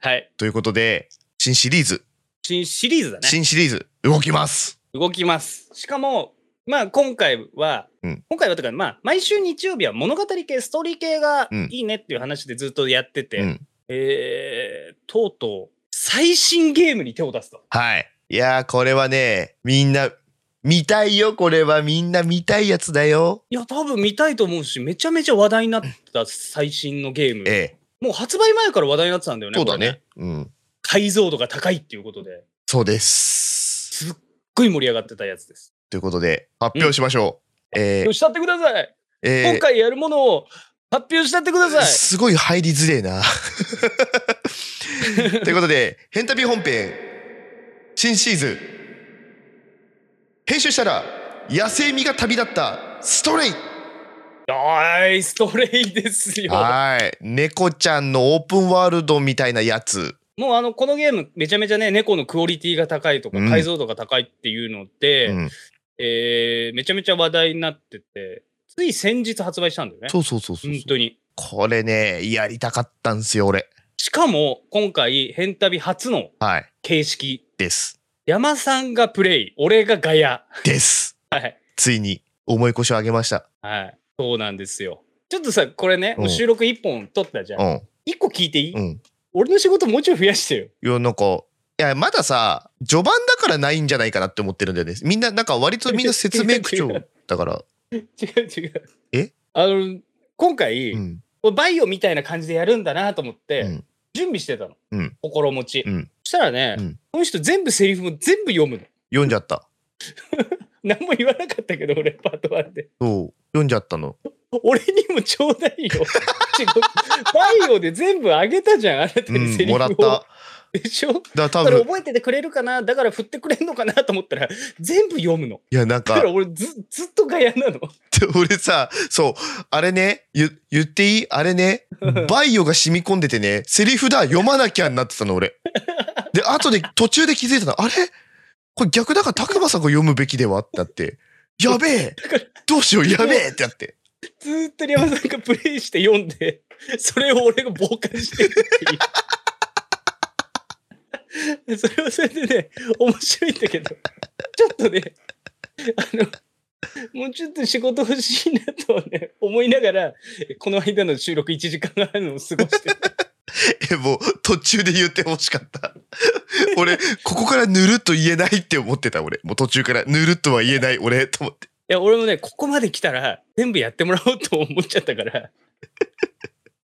Speaker 1: はい。
Speaker 2: ということで新シリーズ
Speaker 1: 新シリーズだね。
Speaker 2: 新シリーズ動きます
Speaker 1: 動きます。しかも、まあ今回は、
Speaker 2: うん
Speaker 1: 今回はというか、まあ毎週日曜日は物語系、ストーリー系が
Speaker 2: うん
Speaker 1: いいねっていう話でずっとやってて、
Speaker 2: うん
Speaker 1: えー、とうとう最新ゲームに手を出すと。
Speaker 2: はいいやーこれはねみんな見たいよこれはみんな見たいやつだよ
Speaker 1: いや、多分見たいと思うし、めちゃめちゃ話題になった最新のゲーム。
Speaker 2: ええ
Speaker 1: もう発売前から話題になってたんだよね。
Speaker 2: そうだ
Speaker 1: これ
Speaker 2: ね。うん
Speaker 1: 解像度が高いっていうことで、すっ
Speaker 2: そうです
Speaker 1: ごい盛り上がってたやつです。
Speaker 2: ということで発表しましょう、え
Speaker 1: よし、立ってください、
Speaker 2: ーえー
Speaker 1: 今回やるものを発表したってください
Speaker 2: すごい入りづれ えなということで「ヘンタビ本編」新シーズン編集したら野生味が旅立ったストレイ
Speaker 1: はーい、ストレイですよ。
Speaker 2: はい猫ちゃんのオープンワールドみたいなやつ
Speaker 1: もうあの、このゲーム、めちゃめちゃね、猫のクオリティが高いとか、
Speaker 2: うん
Speaker 1: 解像度が高いっていうので、
Speaker 2: うん
Speaker 1: えーめちゃめちゃ話題になってて、つい先日発売したんだよね。
Speaker 2: そうそうそうそうそう
Speaker 1: 本当に。
Speaker 2: これねやりたかったんすよ俺
Speaker 1: しかも、今回、ヘンタビ初の
Speaker 2: はい
Speaker 1: 形式。
Speaker 2: です
Speaker 1: 山さんがプレイ、俺がガヤ。
Speaker 2: です
Speaker 1: はい。
Speaker 2: ついに重い腰を上げました
Speaker 1: はい。そうなんですよ。ちょっとさ、これね、もう
Speaker 2: うん
Speaker 1: 収録1本撮ったじゃ。
Speaker 2: うんん
Speaker 1: 1個聞いていい、
Speaker 2: うん
Speaker 1: 俺の仕事もうちょい増やしてよ。
Speaker 2: いやなんかいやまださ序盤だからないんじゃないかなって思ってるんだよねみんななんか割とみんな説明口調だ から
Speaker 1: 違う違う。
Speaker 2: え
Speaker 1: あの、今回、
Speaker 2: うん
Speaker 1: これバイオみたいな感じでやるんだなと思って、
Speaker 2: うん
Speaker 1: 準備してたの、
Speaker 2: うん
Speaker 1: 心持ち、
Speaker 2: うん
Speaker 1: そしたらね、
Speaker 2: うん
Speaker 1: この人全部セリフも全部読むの
Speaker 2: 読んじゃった
Speaker 1: 何も言わなかったけど、 俺、パート1で。
Speaker 2: そう読んじゃったの
Speaker 1: 俺にもちょうだ いよ。違うバイオで全部あげたじゃん、あなた
Speaker 2: う
Speaker 1: に セリ
Speaker 2: ん
Speaker 1: フを。
Speaker 2: もらっただか
Speaker 1: でしょ
Speaker 2: ら多
Speaker 1: だから
Speaker 2: 分
Speaker 1: 覚えててくれるかなだから振ってくれんのかなと思ったら、全部読むの。
Speaker 2: いやなん
Speaker 1: だか
Speaker 2: から
Speaker 1: 俺ず、ずっとガヤなの。
Speaker 2: 俺さそうあれね言言っていいあ れねバイオが染み込んでてねセリフだ読まなきゃになってた の俺で後で途中で気づいたのあれこれ逆だから拓馬さんが読むべきではってな ってやべえどうしようやべえってなって
Speaker 1: ずーっとリ山さんがプレイして読んで、それを俺が傍観してるっていう。それはそれでね、面白いんだけど、ちょっとね、あの、もうちょっと仕事欲しいなとはね、思いながら、この間の収録1時間半を過ごしてる、
Speaker 2: えもう途中で言ってほしかった俺ここからぬるっと言えないって思ってた俺もう途中からぬるっとは言えない俺と思って
Speaker 1: いや、俺もね、ここまで来たら、全部やってもらおうと思っちゃったから、
Speaker 2: だか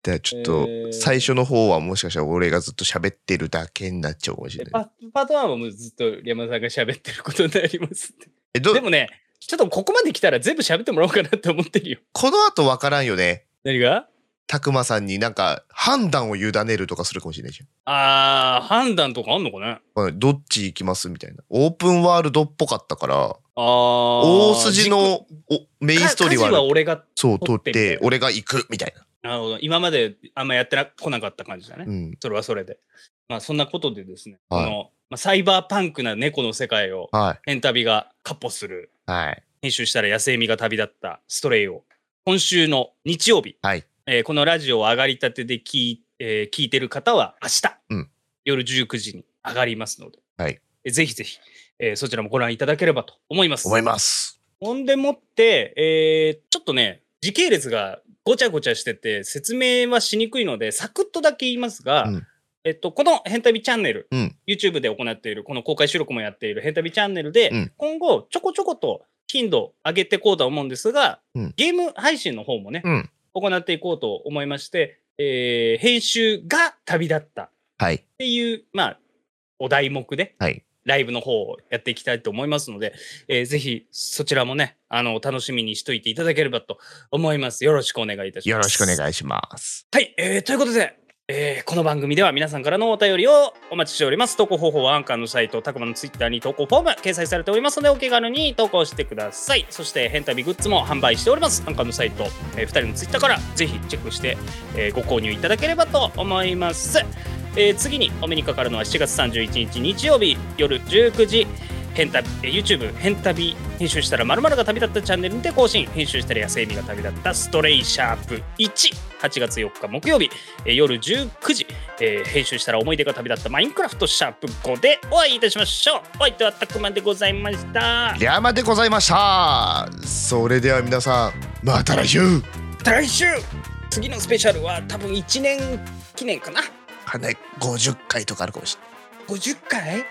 Speaker 2: らちょっと
Speaker 1: えー
Speaker 2: 最初の方はもしかしたら俺がずっと喋ってるだけになっちゃうかもしれない
Speaker 1: パパート1はもうずっとリ山さんが喋ってることになりますって
Speaker 2: えど
Speaker 1: でもね、ちょっとここまで来たら全部喋ってもらおうかなって思ってるよ。
Speaker 2: この後わからんよね
Speaker 1: 何が
Speaker 2: たくまさんになんか判断を委ねるとかするかもしれないじゃん
Speaker 1: あー、判断とかあんのかね
Speaker 2: まあどっち行きますみたいなオープンワールドっぽかったから
Speaker 1: あー
Speaker 2: 大筋のおメインストーリー
Speaker 1: か
Speaker 2: は
Speaker 1: 家事は俺が、
Speaker 2: そう
Speaker 1: 取
Speaker 2: 取
Speaker 1: っ
Speaker 2: ってて俺が行くみたいな、
Speaker 1: なるほど、今まであんまやってなこなかった感じだね。
Speaker 2: うん、
Speaker 1: それはそれで。まあ、そんなことでですね、
Speaker 2: はい
Speaker 1: このまあ、サイバーパンクな猫の世界を、
Speaker 2: は
Speaker 1: ヘンタビがカ歩する、
Speaker 2: いはい
Speaker 1: 編集したら野生味が旅立ったストレイを、今週の日曜日、
Speaker 2: はい
Speaker 1: えーこのラジオを上がりたてで聞い,、えー聞いてる方は明日、
Speaker 2: うん
Speaker 1: 夜19時に上がりますので、
Speaker 2: はい
Speaker 1: えーぜひぜひ、えーそちらもご覧いただければと思います。
Speaker 2: 思います
Speaker 1: ほんでもって、えーちょっとね、時系列がごちゃごちゃしてて、説明はしにくいので、サクッとだけ言いますが、
Speaker 2: うん
Speaker 1: えっと、この「ヘンタビチャンネル」
Speaker 2: うん
Speaker 1: YouTube で行っている、この公開収録もやっている「ヘンタビチャンネルで」
Speaker 2: うん
Speaker 1: 今後、ちょこちょこと頻度上げていこうとは思うんですが、
Speaker 2: うん
Speaker 1: ゲーム配信の方もね、
Speaker 2: うん
Speaker 1: 行っていこうと思いまして、えー編集が旅立ったっ
Speaker 2: はい
Speaker 1: ていう、まあ、お題目で、
Speaker 2: はい
Speaker 1: ライブの方をやっていきたいと思いますので、えーぜひそちらもね、あの、楽しみにしといていただければと思います。よろしくお願いいたします。
Speaker 2: よろしくお
Speaker 1: い。
Speaker 2: 願いします
Speaker 1: はい、えーということで、えーこの番組では皆さんからのお便りをお待ちしております。投稿方法はアンカーのサイト、たくまのツイッターに投稿フォーム掲載されておりますので、お気軽に投稿してください。そして、ヘンタビグッズも販売しております。アンカーのサイト、え2人のツイッターからぜひチェックして、えーご購入いただければと思います。えー次にお目にかかるのは7月31日日曜日夜19時変旅えー YouTube 変旅編集したら〇〇が旅立ったチャンネルにて更新編集したら野生味が旅立ったストレイシャープ18月4日木曜日えー夜19時、えー編集したら思い出が旅立ったマインクラフトシャープ5でお会いいたしましょうお相手はたくまでございました
Speaker 2: リャマでございましたそれでは皆さんまた来週
Speaker 1: また来週次のスペシャルは多分1年記念かな
Speaker 2: かなり50回とかあるかもしれない
Speaker 1: 50回